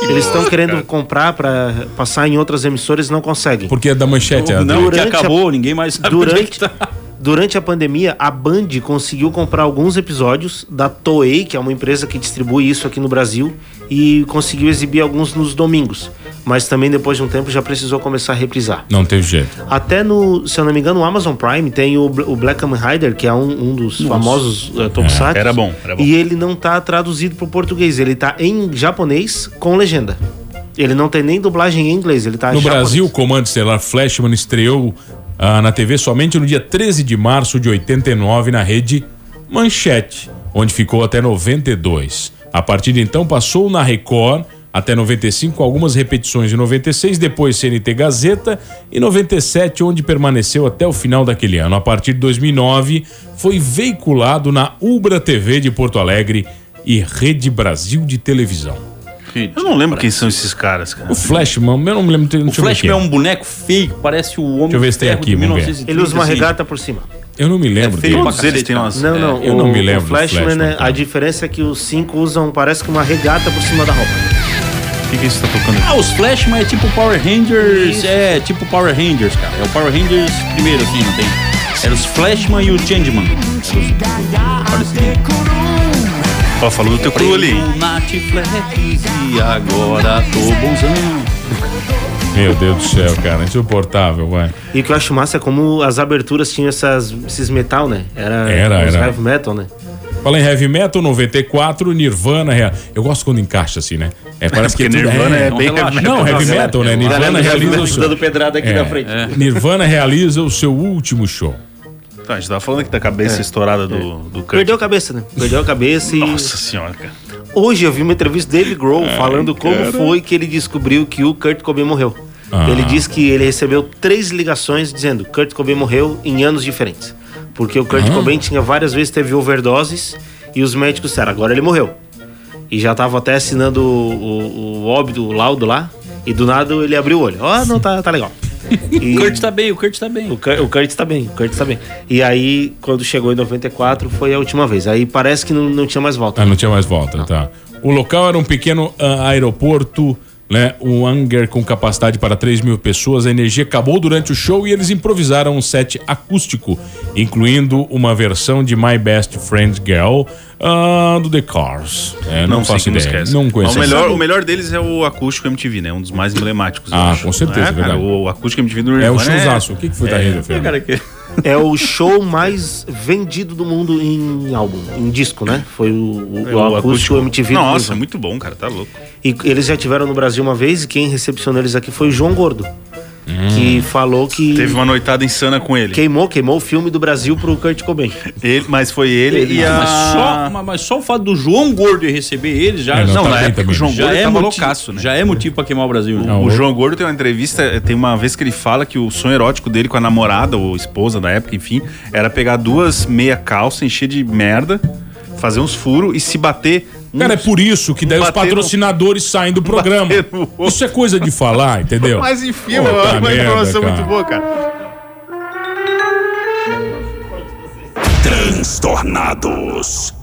Speaker 9: eles estão querendo comprar pra passar em outras emissoras e não conseguem.
Speaker 7: Porque é da manchete. é a
Speaker 10: Não, que
Speaker 9: Durante a-
Speaker 10: acabou, ninguém mais sabe onde é que
Speaker 9: Durante,
Speaker 10: tá.
Speaker 9: durante a pandemia, a Band conseguiu comprar alguns episódios da Toei, que é uma empresa que distribui isso aqui no Brasil, e conseguiu exibir alguns nos domingos. Mas também depois de um tempo já precisou começar a reprisar.
Speaker 7: Não teve jeito.
Speaker 9: Até no, se eu não me engano, no Amazon Prime tem o, Bl- o Black Kamen Rider, que é um, um dos famosos uh, tokusatsu.
Speaker 8: É, era bom, era bom.
Speaker 9: E ele não tá traduzido pro português, ele tá em japonês com legenda. Ele não tem nem dublagem em inglês, ele tá
Speaker 7: No
Speaker 9: japonês.
Speaker 7: Brasil, o Comando Estelar Flashman estreou ah, na TV somente no dia 13 de março de 89 na rede Manchete, onde ficou até 92. A partir de então passou na Record até 95, com algumas repetições em 96, depois CNT Gazeta e 97, onde permaneceu até o final daquele ano. A partir de 2009, foi veiculado na Ubra TV de Porto Alegre e Rede Brasil de Televisão.
Speaker 8: Eu não lembro quem são esses caras, cara.
Speaker 7: O Flashman, Hum, eu não me lembro.
Speaker 10: O Flashman é um boneco feio, parece o Homem
Speaker 7: Deixa eu ver
Speaker 10: de
Speaker 7: se tem
Speaker 10: Ferro
Speaker 7: aqui,
Speaker 10: de
Speaker 7: vamos ver.
Speaker 10: 1930,
Speaker 9: Ele usa uma
Speaker 10: assim.
Speaker 9: regata por cima.
Speaker 7: Eu não me lembro
Speaker 10: É feio
Speaker 7: dele.
Speaker 10: pra
Speaker 8: Todos eles
Speaker 10: cacete,
Speaker 8: têm umas-
Speaker 9: Não,
Speaker 10: É,
Speaker 9: não.
Speaker 7: eu
Speaker 9: o,
Speaker 7: não me lembro do
Speaker 9: O Flashman,
Speaker 7: Flashman,
Speaker 9: né,
Speaker 7: cara.
Speaker 9: a diferença é que os cinco usam, parece que uma regata por cima da roupa.
Speaker 8: O que, que isso tá tocando aqui?
Speaker 10: Ah, os Flashman é tipo Power Rangers. É, tipo Power Rangers, cara. É o Power Rangers primeiro, assim, não tem. Era os Flashman e o Changeman.
Speaker 8: Ó, falou do teu cu ali.
Speaker 10: Preto, Natiflex, e agora tô bonzão.
Speaker 7: Meu Deus do céu, cara, insuportável, vai.
Speaker 9: E o que eu acho massa é como as aberturas tinham essas, esses metal, né? Era,
Speaker 7: Era,
Speaker 9: os
Speaker 7: era.
Speaker 9: heavy metal, né?
Speaker 7: Fala em heavy metal 94, Nirvana, real. Eu gosto quando encaixa assim, né? É, parece
Speaker 8: Porque
Speaker 7: que tudo
Speaker 8: Nirvana é
Speaker 10: Não,
Speaker 8: bem
Speaker 10: relaxa.
Speaker 7: Não,
Speaker 10: Não,
Speaker 7: heavy
Speaker 10: galera,
Speaker 7: metal, né?
Speaker 10: galera,
Speaker 7: Nirvana
Speaker 10: heavy
Speaker 7: realiza o seu...
Speaker 9: dando pedrada aqui
Speaker 7: É,
Speaker 9: na frente.
Speaker 7: Nirvana realiza o seu último show.
Speaker 8: Tá, a gente tava falando aqui da cabeça estourada do, do Kurt.
Speaker 9: Perdeu a cabeça, né? Perdeu a cabeça e.
Speaker 8: Nossa senhora, cara.
Speaker 9: Hoje eu vi uma entrevista do Dave Grohl falando como foi que ele descobriu que o Kurt Cobain morreu.
Speaker 7: Ah.
Speaker 9: Ele diz que ele recebeu três ligações dizendo Kurt Cobain morreu em anos diferentes. Porque o
Speaker 10: Ah.
Speaker 9: Kurt Cobain tinha várias vezes teve overdoses e os médicos disseram, agora ele morreu. E já tava até assinando o, o, o óbito, o laudo lá, e do nada ele abriu o olho. Ó, não, tá, tá legal. E-
Speaker 10: O Kurt tá bem, o Kurt tá bem.
Speaker 9: o Kurt, o Kurt tá bem, o Kurt tá bem. E aí, quando chegou em 94, foi a última vez. Aí parece que não, não tinha mais volta.
Speaker 7: Ah, não tinha mais volta, tá. O local era um pequeno ah, aeroporto, né? Um hangar com capacidade para 3 mil pessoas. A energia acabou durante o show e eles improvisaram um set acústico, incluindo uma versão de My Best Friend Girl ah, do The Cars. É, não,
Speaker 8: sei
Speaker 7: faço
Speaker 8: como
Speaker 7: ideia.
Speaker 8: esquece.
Speaker 7: Não conheço.
Speaker 8: Mas O melhor, o melhor deles é o acústico MTV, né? Um dos mais emblemáticos. eu
Speaker 7: Ah,
Speaker 8: acho.
Speaker 7: com certeza,
Speaker 8: Não é, cara,
Speaker 7: verdade.
Speaker 8: o acústico MTV do
Speaker 7: É o
Speaker 8: Nirvana
Speaker 7: showzaço. O que, que foi da rede, Fernando?
Speaker 10: Cara, que...
Speaker 9: É o show mais vendido do mundo em álbum, em disco, né? Foi o, o,
Speaker 8: É
Speaker 9: o acústico MTV. do
Speaker 8: Nossa,
Speaker 9: Nirvana.
Speaker 8: muito bom, cara. Tá louco.
Speaker 9: E eles já tiveram no Brasil uma vez e quem recepcionou eles aqui foi o João Gordo. Que falou que
Speaker 8: Hum. Teve uma noitada insana com ele.
Speaker 9: queimou, queimou o filme do Brasil pro Kurt Cobain.
Speaker 8: ele mas foi ele, e a.
Speaker 10: mas, só, mas- mas só o fato do João Gordo receber eles já.
Speaker 7: É, não,
Speaker 8: Não,
Speaker 7: tá
Speaker 8: na
Speaker 7: bem
Speaker 8: época
Speaker 7: também.
Speaker 8: o João
Speaker 10: já
Speaker 8: Gordo
Speaker 10: é
Speaker 8: tava
Speaker 10: motivo,
Speaker 8: loucaço, né?
Speaker 10: Já é motivo pra queimar o Brasil. né?
Speaker 7: Não,
Speaker 8: O João Gordo tem uma entrevista, eh, tem uma vez que ele fala que o sonho erótico dele com a namorada ou esposa na época, enfim, era pegar duas meia calça, encher de merda, fazer uns furos e se bater.
Speaker 7: Cara, é
Speaker 8: uns-
Speaker 7: por isso que daí os
Speaker 8: bater no-
Speaker 7: patrocinadores saem do programa.
Speaker 8: bater no outro.
Speaker 7: Isso é coisa de falar, entendeu?
Speaker 8: Mas enfim,
Speaker 7: Puta
Speaker 8: mano, é uma
Speaker 7: merda,
Speaker 8: informação
Speaker 7: cara.
Speaker 8: muito boa, cara.
Speaker 4: Transtornados.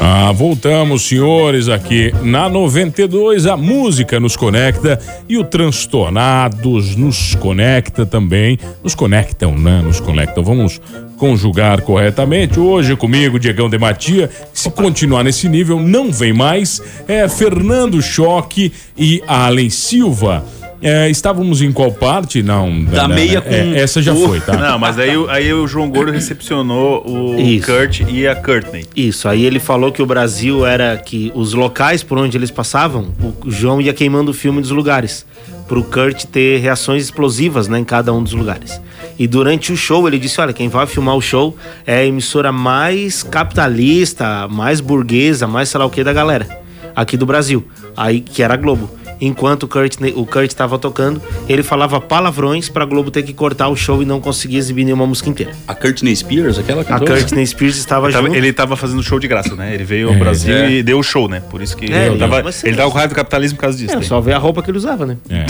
Speaker 7: Ah, voltamos, senhores, aqui na 92. A música nos conecta e o Transtornados nos conecta também. Nos conectam, né? Nos conectam. Vamos conjugar corretamente. Hoje comigo, Diegão de Matia. Se continuar nesse nível, não vem mais. É Fernando Choque e Allen Silva. É, estávamos em qual parte? Não.
Speaker 10: Da
Speaker 7: né,
Speaker 10: meia
Speaker 7: né?
Speaker 10: com-
Speaker 7: É, essa já foi, tá?
Speaker 8: Não, mas aí, o- aí o João Gordo recepcionou o
Speaker 9: Isso.
Speaker 8: Kurt e a Courtney.
Speaker 9: Isso, aí ele falou que o Brasil era que os locais por onde eles passavam, o João ia queimando o filme dos lugares, pro Kurt ter reações explosivas né, em cada um dos lugares. E durante o show ele disse: olha, quem vai filmar o show é a emissora mais capitalista, mais burguesa, mais sei lá o que da galera aqui do Brasil, aí que era a Globo. Enquanto o Kurt, o Kurt estava tocando, ele falava palavrões pra Globo ter que cortar o show e não conseguir exibir nenhuma música inteira.
Speaker 10: A Courtney Spears, aquela
Speaker 9: A
Speaker 10: cantora?
Speaker 9: Kurt Spears estava
Speaker 8: Tava-
Speaker 9: junto.
Speaker 8: Então, ele tava fazendo show de graça, né? Ele veio ao Brasil
Speaker 10: é.
Speaker 8: e deu o show, né? Por isso que
Speaker 9: É,
Speaker 8: ele, tava,
Speaker 9: mas sim,
Speaker 8: ele tava
Speaker 9: mas-
Speaker 8: com raiva do capitalismo por causa disso.
Speaker 9: É,
Speaker 8: né?
Speaker 9: só ver a roupa que ele usava, né?
Speaker 7: É.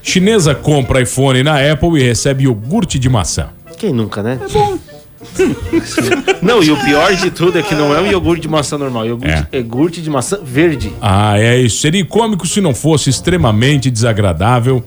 Speaker 7: Chinesa compra iPhone na Apple e recebe iogurte de maçã.
Speaker 9: Quem nunca, né? É bom. não, e o pior de tudo é que não é um iogurte de maçã normal, é iogurte,
Speaker 7: É.
Speaker 9: iogurte de maçã verde.
Speaker 7: Ah, é isso. Seria cômico se não fosse extremamente desagradável.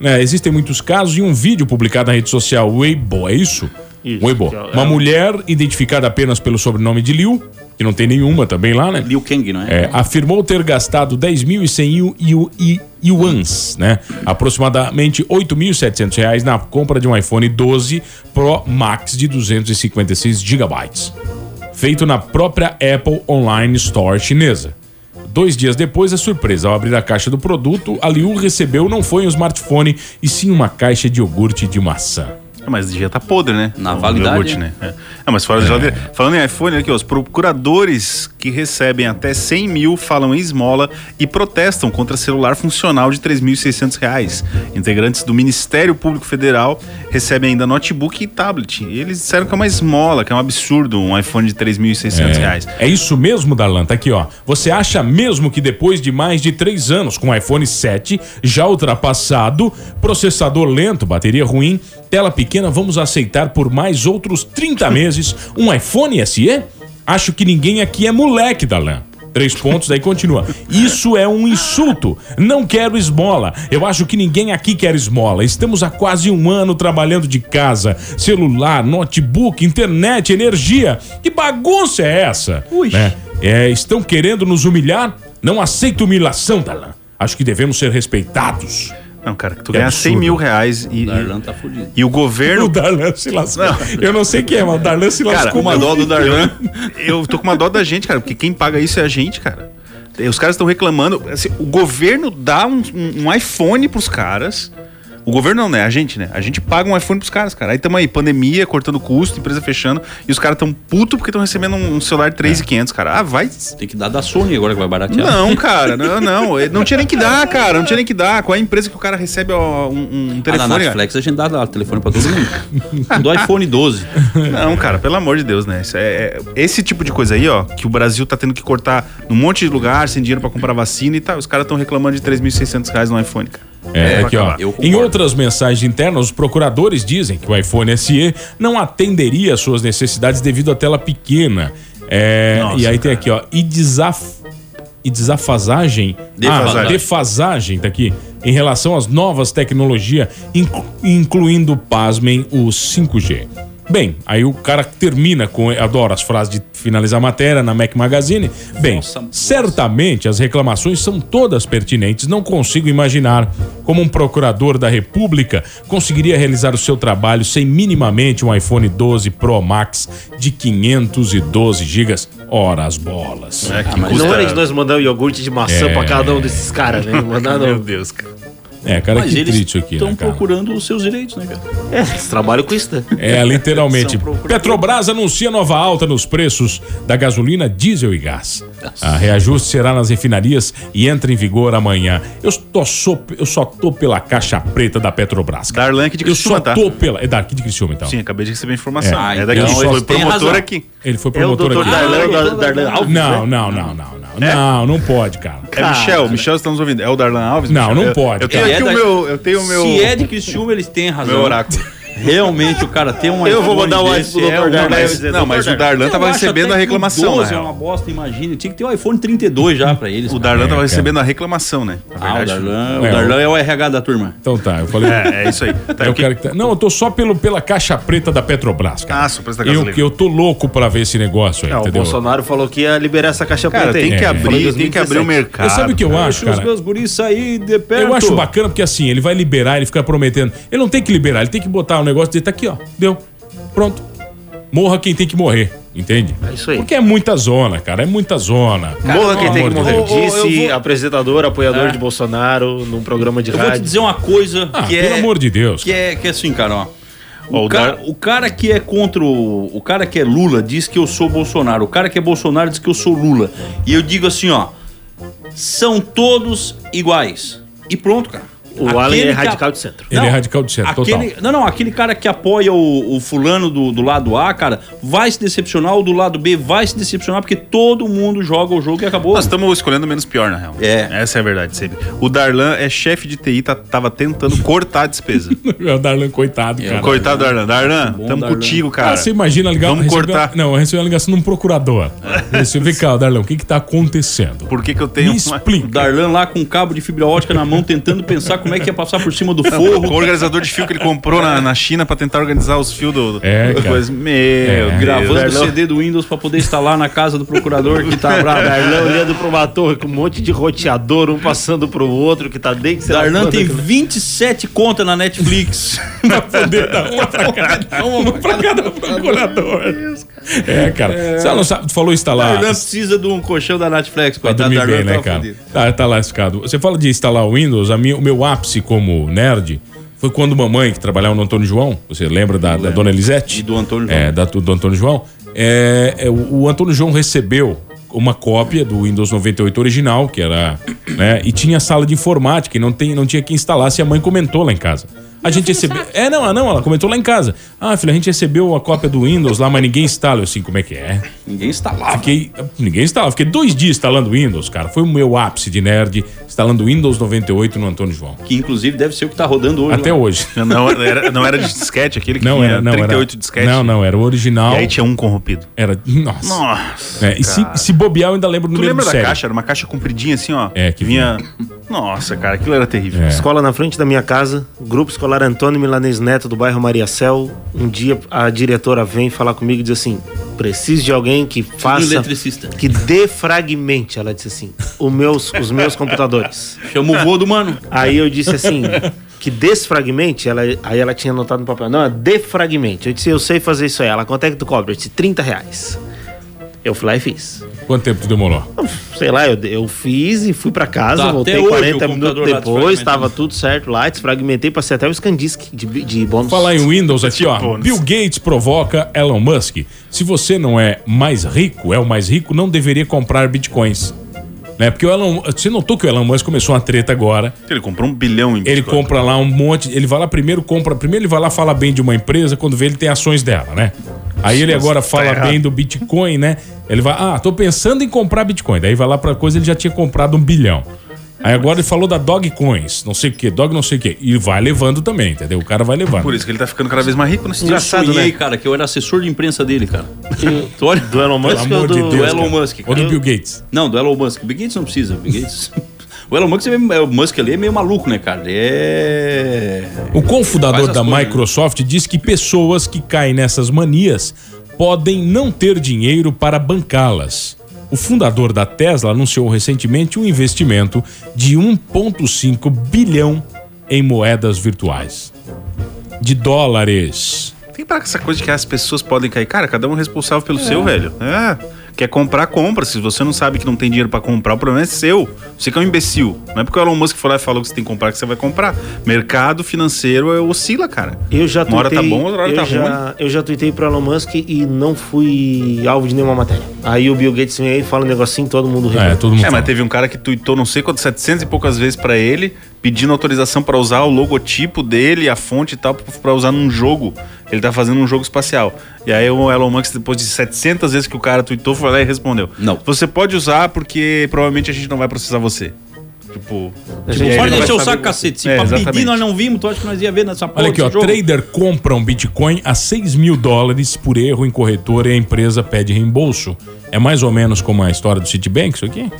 Speaker 7: É, existem muitos casos e um vídeo publicado na rede social Weibo, é isso?
Speaker 9: Isso,
Speaker 7: Weibo.
Speaker 9: que é- é
Speaker 7: Uma
Speaker 9: um-
Speaker 7: mulher identificada apenas pelo sobrenome de Liu, que não tem nenhuma também lá, né?
Speaker 10: Liu Kang, não é?
Speaker 7: É, afirmou ter gastado 10.100 iu- iu- i- yuans, né? Aproximadamente 8.700 reais na compra de um iPhone 12 Pro Max de 256 gigabytes, feito na própria Apple Online Store chinesa. Dois dias depois, a surpresa. Ao abrir a caixa do produto, a Liu recebeu não foi um smartphone, e sim uma caixa de iogurte de maçã.
Speaker 8: Ah, Mas devia estar podre, né?
Speaker 10: Na
Speaker 8: O
Speaker 10: validade,
Speaker 8: iogurte, né? É. Ah, mas fora de geladeira. Falando em iPhone, aqui, ó, os procuradores que recebem até 100 mil falam em esmola e protestam contra celular funcional de 3.600 reais. Integrantes do Ministério Público Federal recebem ainda notebook e tablet. E eles disseram que é uma esmola, que é um absurdo um iPhone de 3.600 reais.
Speaker 7: É isso mesmo, Darlan. Tá aqui, ó. Você acha mesmo que depois de mais de três anos com o iPhone 7 já ultrapassado, processador lento, bateria ruim, tela pequena, vamos aceitar por mais outros 30 meses um iPhone SE? Acho que ninguém aqui é moleque, Darlan. Três pontos, daí continua. Isso é um insulto. Não quero esmola. Eu acho que ninguém aqui quer esmola. Estamos há quase um ano trabalhando de casa. Celular, notebook, internet, energia. Que bagunça é essa?
Speaker 10: Ui.
Speaker 7: Né? É, estão querendo nos humilhar? Não aceito humilhação, Dalan. Acho que devemos ser respeitados.
Speaker 8: Não, cara, que tu
Speaker 7: Que
Speaker 8: ganha
Speaker 7: absurdo.
Speaker 8: 100 mil reais e,
Speaker 10: O Darlan
Speaker 8: e,
Speaker 10: tá fudido.
Speaker 8: e o governo...
Speaker 7: O Darlan se lascou. Eu não sei quem é, mas o Darlan se lascou.
Speaker 8: Cara,
Speaker 10: Uma
Speaker 8: eu-
Speaker 10: dó do Darlan.
Speaker 8: Eu tô com uma dó da gente, cara, porque quem paga isso é a gente, cara. Os caras estão reclamando. assim, o governo dá um, um- um iPhone pros caras. O governo não, né? A gente, né? A gente paga um iPhone pros caras, cara. Aí tamo aí, pandemia, cortando custo, empresa fechando. E os caras tão puto porque estão recebendo um, um celular 3,500, cara. Ah, vai.
Speaker 10: Tem que dar da Sony agora que vai baratear. Ah,
Speaker 8: Não, cara, não, não. Eh, Não tinha nem que dar, cara. Não tinha nem que dar. Qual é a empresa que o cara recebe ó, um, um
Speaker 10: Ah, na
Speaker 8: telefone? cara?
Speaker 10: Netflix a gente dá, dá telefone pra todo mundo. Do iPhone 12.
Speaker 8: Não, cara, pelo amor de Deus, né? Isso é- é- esse tipo de coisa aí, ó, que o Brasil tá tendo que cortar num monte de lugar, sem dinheiro pra comprar vacina e tal. Os caras estão reclamando de 3.600 reais no iPhone, cara.
Speaker 7: É, aqui, ó.
Speaker 10: Eu concordo.
Speaker 7: Em outras mensagens internas, os procuradores dizem que o iPhone SE não atenderia às suas necessidades devido à tela pequena. É,
Speaker 8: Nossa,
Speaker 7: e aí tem aqui, ó. E, desaf... e desafasagem.
Speaker 10: Defasagem.
Speaker 7: Ah, defasagem, tá aqui. Em relação às novas tecnologias, inclu- incluindo, pasmem, o 5G. Bem, aí o cara termina com. Adoro as frases de finalizar a matéria na Mac Magazine. Bem,
Speaker 10: Nossa,
Speaker 7: Certamente as reclamações são todas pertinentes. Não consigo imaginar como um procurador da República conseguiria realizar o seu trabalho sem minimamente um iPhone 12 Pro Max de 512 GB. Ora as bolas.
Speaker 8: É,
Speaker 10: Ah,
Speaker 8: que
Speaker 9: Não era de nós mandar o iogurte de maçã
Speaker 7: É.
Speaker 9: pra cada um desses caras, né? Mandar
Speaker 8: Meu
Speaker 9: não.
Speaker 8: Deus, cara.
Speaker 7: É, cara,
Speaker 10: Mas
Speaker 7: que
Speaker 10: eles
Speaker 7: triste aqui,
Speaker 10: estão
Speaker 7: né, cara?
Speaker 10: procurando os seus direitos, né, cara?
Speaker 9: É, eles trabalham com isso, né?
Speaker 7: É, literalmente.
Speaker 10: São procuradores.
Speaker 7: Petrobras anuncia nova alta nos preços da gasolina, diesel e gás. A reajuste será nas refinarias e entra em vigor amanhã. Eu, tô só, eu só tô pela caixa preta da Petrobras. cara.
Speaker 8: Darlan aqui de
Speaker 7: Eu
Speaker 8: Criciúma,
Speaker 7: só
Speaker 8: tá?
Speaker 7: tô pela. É daqui de Criciúma, então.
Speaker 8: Sim, acabei de receber a informação.
Speaker 10: É.
Speaker 8: É,
Speaker 10: Ah,
Speaker 8: daqui,
Speaker 7: então
Speaker 8: foi
Speaker 10: tem
Speaker 8: promotor
Speaker 10: razão.
Speaker 8: aqui.
Speaker 7: Ele foi
Speaker 9: É o
Speaker 7: promotor
Speaker 9: doutor
Speaker 7: aqui.
Speaker 10: Ah,
Speaker 9: Darlan, Dar- Darlan Alves,
Speaker 7: Não,
Speaker 9: né?
Speaker 7: não, não, não, não. Não, não pode, cara.
Speaker 8: É Michel, Michel, estamos ouvindo. É o Darlan Alves?
Speaker 7: Não,
Speaker 8: Michel?
Speaker 7: não
Speaker 8: Eu-
Speaker 7: pode, um
Speaker 8: Eu tenho
Speaker 7: cara.
Speaker 8: aqui
Speaker 10: É
Speaker 8: o
Speaker 10: da-
Speaker 8: meu. Eu tenho o meu.
Speaker 10: Se é de Criciúma, eles têm razão.
Speaker 8: meu oráculo.
Speaker 10: Realmente o cara tem um
Speaker 8: Eu vou mandar
Speaker 10: iPhone
Speaker 8: o
Speaker 10: desse,
Speaker 8: iPhone pro
Speaker 10: é
Speaker 8: Dr.
Speaker 10: uma-
Speaker 8: Darlan. um Não,
Speaker 10: Dr.
Speaker 8: mas o Darlan
Speaker 10: Eu
Speaker 8: tava
Speaker 10: acho
Speaker 8: recebendo
Speaker 10: até
Speaker 8: a
Speaker 10: que
Speaker 8: reclamação,
Speaker 10: o 12
Speaker 8: na
Speaker 10: é
Speaker 8: real.
Speaker 10: uma bosta, imagina. Tinha que ter um iPhone 32 já pra eles.
Speaker 8: O
Speaker 10: cara.
Speaker 8: Darlan
Speaker 7: É,
Speaker 8: tava
Speaker 7: cara.
Speaker 8: recebendo a reclamação, né? Na
Speaker 10: Ah, o
Speaker 8: verdade.
Speaker 10: Darlan, o
Speaker 7: É,
Speaker 10: Darlan é o RH da turma.
Speaker 7: Então tá, eu falei.
Speaker 8: É, é isso aí. Tá,
Speaker 7: É o
Speaker 8: o que-
Speaker 7: cara que tá- Não, eu tô só pelo, pela caixa preta da Petrobras, cara.
Speaker 8: Ah, só pela
Speaker 7: eu,
Speaker 8: gasolina. É,
Speaker 7: que eu tô louco pra ver esse negócio aí,
Speaker 9: Não, o
Speaker 7: entendeu?
Speaker 9: Bolsonaro falou que ia liberar essa caixa
Speaker 8: Cara,
Speaker 9: preta aí.
Speaker 8: tem que
Speaker 7: É.
Speaker 9: Falou em
Speaker 8: abrir, tem que abrir o
Speaker 9: 2017.
Speaker 8: mercado.
Speaker 7: Mas sabe o que eu
Speaker 8: cara.
Speaker 7: acho, cara?
Speaker 10: guris sair de perto.
Speaker 7: Eu acho bacana porque assim, ele vai liberar, ele fica prometendo. Ele não tem que liberar, ele tem que botar o negócio e dizer, tá aqui, ó, deu. Pronto. Morra quem tem que morrer, entende? É
Speaker 9: isso aí.
Speaker 7: Porque é muita zona, cara, é muita zona.
Speaker 9: Morra quem tem que
Speaker 7: pelo amor de
Speaker 9: morrer.
Speaker 7: Deus.
Speaker 9: Disse
Speaker 10: eu vou-
Speaker 9: apresentador, apoiador
Speaker 10: É.
Speaker 9: de Bolsonaro num programa de
Speaker 10: Eu vou te
Speaker 9: rádio.
Speaker 10: dizer uma coisa
Speaker 7: Ah,
Speaker 10: que é.
Speaker 7: pelo amor de Deus.
Speaker 10: Que é, que é assim, cara, ó. O,
Speaker 8: Ó, o
Speaker 10: ca-
Speaker 8: Dar-
Speaker 10: o cara que é contra o, o cara que é Lula diz que eu sou Bolsonaro. O cara que é Bolsonaro diz que eu sou Lula. E eu digo assim, ó, são todos iguais. E pronto, cara.
Speaker 9: O
Speaker 10: Aquele
Speaker 9: Allen é
Speaker 10: que
Speaker 9: radical de centro.
Speaker 7: Ele é radical de centro,
Speaker 10: aquele,
Speaker 7: total.
Speaker 10: Não, não, aquele cara que apoia o, o fulano do, do lado A, cara, vai se decepcionar, o do lado B vai se decepcionar, porque todo mundo joga o jogo e acabou.
Speaker 8: Nós estamos escolhendo o menos pior, na real.
Speaker 10: É.
Speaker 8: Essa é a verdade sempre. O Darlan é chefe de TI, tá- tava tentando cortar a despesa.
Speaker 7: É O Darlan, coitado, cara.
Speaker 8: Coitado do Darlan. Darlan,
Speaker 10: Bom,
Speaker 8: tamo
Speaker 10: Darlan.
Speaker 8: contigo, cara.
Speaker 7: Ah, você imagina ligar
Speaker 8: Vamos
Speaker 7: receber-
Speaker 8: cortar.
Speaker 7: Não, eu recebi uma ligação de um procurador. Você vem cá, Darlão, o que que tá acontecendo?
Speaker 8: Por que que eu
Speaker 7: Me
Speaker 8: tenho uma...
Speaker 10: O
Speaker 7: explica.
Speaker 10: Darlan lá com um cabo de fibra ótica na mão, tentando pensar como é que ia passar por cima do
Speaker 8: Porra, o
Speaker 10: forro.
Speaker 8: organizador de fio que ele comprou na, na China pra tentar organizar os fios do... do-
Speaker 7: É, cara.
Speaker 8: coisa. Meu,
Speaker 7: É.
Speaker 8: Deus.
Speaker 10: Gravando o
Speaker 8: Darlan.
Speaker 10: CD do Windows pra poder instalar na casa do procurador que tá bravo.
Speaker 9: Darlan olhando pra uma torre com um monte de roteador, um passando pro outro, que tá dentro. sei lá
Speaker 10: Darlan
Speaker 9: quanto
Speaker 10: tem
Speaker 9: aquilo.
Speaker 10: 27 contas na Netflix.
Speaker 7: Pra poder dar uma pra cada, uma pra cada Um procurador. É, cara. Você não sabe, tu falou tá instalar.
Speaker 10: Darlan precisa de um colchão da Netflix,
Speaker 7: Pra
Speaker 10: coitado.
Speaker 7: dormir
Speaker 10: Darlan
Speaker 7: bem, né,
Speaker 10: tá
Speaker 7: cara?
Speaker 10: fudido.
Speaker 7: Tá, tá lascado. Você fala de instalar o Windows, a minha, o meu ápice como nerd foi quando mamãe, que trabalhava no Antônio João, você lembra da, da dona Elisete?
Speaker 10: E do Antônio João.
Speaker 7: É, da, do Antônio João. É, é, o, o Antônio João recebeu uma cópia do Windows 98 original, que era. né, e tinha sala de informática e não, tem, não tinha que instalar se a mãe comentou lá em casa. A gente recebeu. É, não, ah, não, ela comentou lá em casa. Ah, filha, a gente recebeu a cópia do Windows lá, mas ninguém instala. Eu assim, como é que é?
Speaker 10: Ninguém instalava.
Speaker 7: Fiquei, ninguém instalava. Fiquei dois dias instalando Windows, cara. Foi o meu ápice de nerd instalando Windows 98 no Antônio João.
Speaker 10: Que inclusive deve ser o que tá rodando hoje.
Speaker 7: Até
Speaker 10: lá.
Speaker 7: hoje.
Speaker 8: Não era, não era de disquete aquele que
Speaker 7: Não
Speaker 8: tinha
Speaker 7: era, não
Speaker 8: 38
Speaker 7: era.
Speaker 8: disquete?
Speaker 7: Não, não, era o original.
Speaker 8: E aí tinha um corrompido.
Speaker 7: Era. Nossa.
Speaker 8: Nossa.
Speaker 7: É, e se,
Speaker 8: cara.
Speaker 7: se bobear, eu ainda lembro do
Speaker 8: Tu
Speaker 7: número
Speaker 8: lembra
Speaker 7: do
Speaker 8: da
Speaker 7: série.
Speaker 8: caixa? Era uma caixa compridinha assim, ó.
Speaker 7: É, que
Speaker 8: vinha. Nossa, cara, aquilo era terrível.
Speaker 7: É.
Speaker 9: Escola na frente da minha casa, grupo escolar Antônio Milanês Neto do bairro Maria Cel. Um dia a diretora vem falar comigo e diz assim: preciso de alguém que faça.
Speaker 10: eletricista.
Speaker 9: Que defragmente, ela disse assim, o meus, os meus computadores.
Speaker 10: Chama o voo do mano.
Speaker 9: Aí eu disse assim, que desfragmente, ela, aí ela tinha anotado no papel, não, é defragmente. Eu disse, eu sei fazer isso aí. Ela, quanto é que tu cobra? Eu disse, 30 reais. Eu fui lá e fiz.
Speaker 7: Quanto tempo tu demorou?
Speaker 9: Sei lá, eu, eu fiz e fui pra casa,
Speaker 10: Tá, até
Speaker 9: voltei
Speaker 10: hoje o
Speaker 9: 40
Speaker 10: computador
Speaker 9: minutos
Speaker 10: lá
Speaker 9: depois,
Speaker 10: desfragmentado.
Speaker 9: tava tudo certo lá, desfragmentei, passei até o Scandisk de, de bônus.
Speaker 7: Falar em Windows aqui, ó.
Speaker 8: bônus.
Speaker 7: Bill Gates provoca Elon Musk. Se você não é mais rico, é o mais rico, não deveria comprar bitcoins. Né? Porque o Elon. Você notou que o Elon Musk começou uma treta agora.
Speaker 8: Ele comprou um bilhão em
Speaker 7: Ele
Speaker 8: Bitcoin.
Speaker 7: compra lá um monte. Ele vai lá primeiro, compra. Primeiro ele vai lá fala bem de uma empresa, quando vê ele tem ações dela, né? Aí ele agora fala bem do Bitcoin, né? Ele vai, ah, tô pensando em comprar Bitcoin. Daí vai lá pra coisa, ele já tinha comprado um bilhão. Aí agora ele falou da Dogcoins, não sei o que, Dog não sei o que. E vai levando também, entendeu? O cara vai levando.
Speaker 8: Por isso que ele tá ficando cada vez mais rico nesse
Speaker 10: Engraçado, eu
Speaker 8: Engraçado,
Speaker 10: sonhei,
Speaker 8: né?
Speaker 10: cara, que eu era assessor de imprensa dele, cara. Tu olha-
Speaker 9: Do Elon Musk
Speaker 7: Pelo amor
Speaker 9: ou do...
Speaker 7: de Deus.
Speaker 10: Elon
Speaker 7: cara.
Speaker 10: Musk, cara.
Speaker 7: Ou do
Speaker 10: Eu-
Speaker 7: Bill Gates.
Speaker 10: Não, do Elon Musk. O Bill Gates não precisa. o Bill Gates. o Elon Musk, é meio- o Musk ali é meio maluco, né, cara? Ele é.
Speaker 7: O confundador
Speaker 10: Faz as
Speaker 7: da
Speaker 10: coisas, né?
Speaker 7: Microsoft diz que pessoas que caem nessas manias podem não ter dinheiro para bancá-las. O fundador da Tesla anunciou recentemente um investimento de 1,5 bilhão em moedas virtuais. De dólares.
Speaker 8: Tem que parar com essa coisa de que as pessoas podem cair. Cara, cada um é responsável pelo seu, velho. É. Quer comprar, compra. Se você não sabe que não tem dinheiro pra comprar, o problema é seu. Você que é um imbecil. Não é porque o Elon Musk foi lá e falou que você tem que comprar que você vai comprar. Mercado financeiro é, oscila, cara.
Speaker 9: Eu já
Speaker 8: Uma hora tá
Speaker 9: tuitei-
Speaker 8: bom, outra hora
Speaker 9: eu
Speaker 8: tá ruim.
Speaker 9: já, Eu já tuitei pro Elon Musk e não fui alvo de nenhuma matéria. Aí o Bill Gates vem aí e fala um negocinho todo mundo ri.
Speaker 7: É, todo mundo
Speaker 8: É,
Speaker 7: fala.
Speaker 8: mas teve um cara que tuitou não sei quantas, 700 e poucas vezes pra ele, pedindo autorização pra usar o logotipo dele, a fonte e tal, pra usar num jogo. Ele tá fazendo um jogo espacial. E aí o Elon Musk, depois de 700 vezes que o cara tuitou, foi lá e respondeu.
Speaker 10: Não.
Speaker 8: Você pode usar porque provavelmente a gente não vai processar você. Tipo.
Speaker 9: A
Speaker 8: e aí
Speaker 9: gente
Speaker 8: ele
Speaker 10: Olha,
Speaker 8: vai
Speaker 10: deixa o
Speaker 8: saber-
Speaker 10: saco cacete. Se
Speaker 8: É,
Speaker 10: pra pedir
Speaker 8: exatamente.
Speaker 10: nós não vimos, tu acha que nós ia ver nessa porra
Speaker 7: Olha aqui, ó.
Speaker 10: desse jogo?
Speaker 7: Trader compra um Bitcoin a 6 mil dólares por erro em corretora e a empresa pede reembolso. É mais ou menos como a história do Citibank, isso aqui?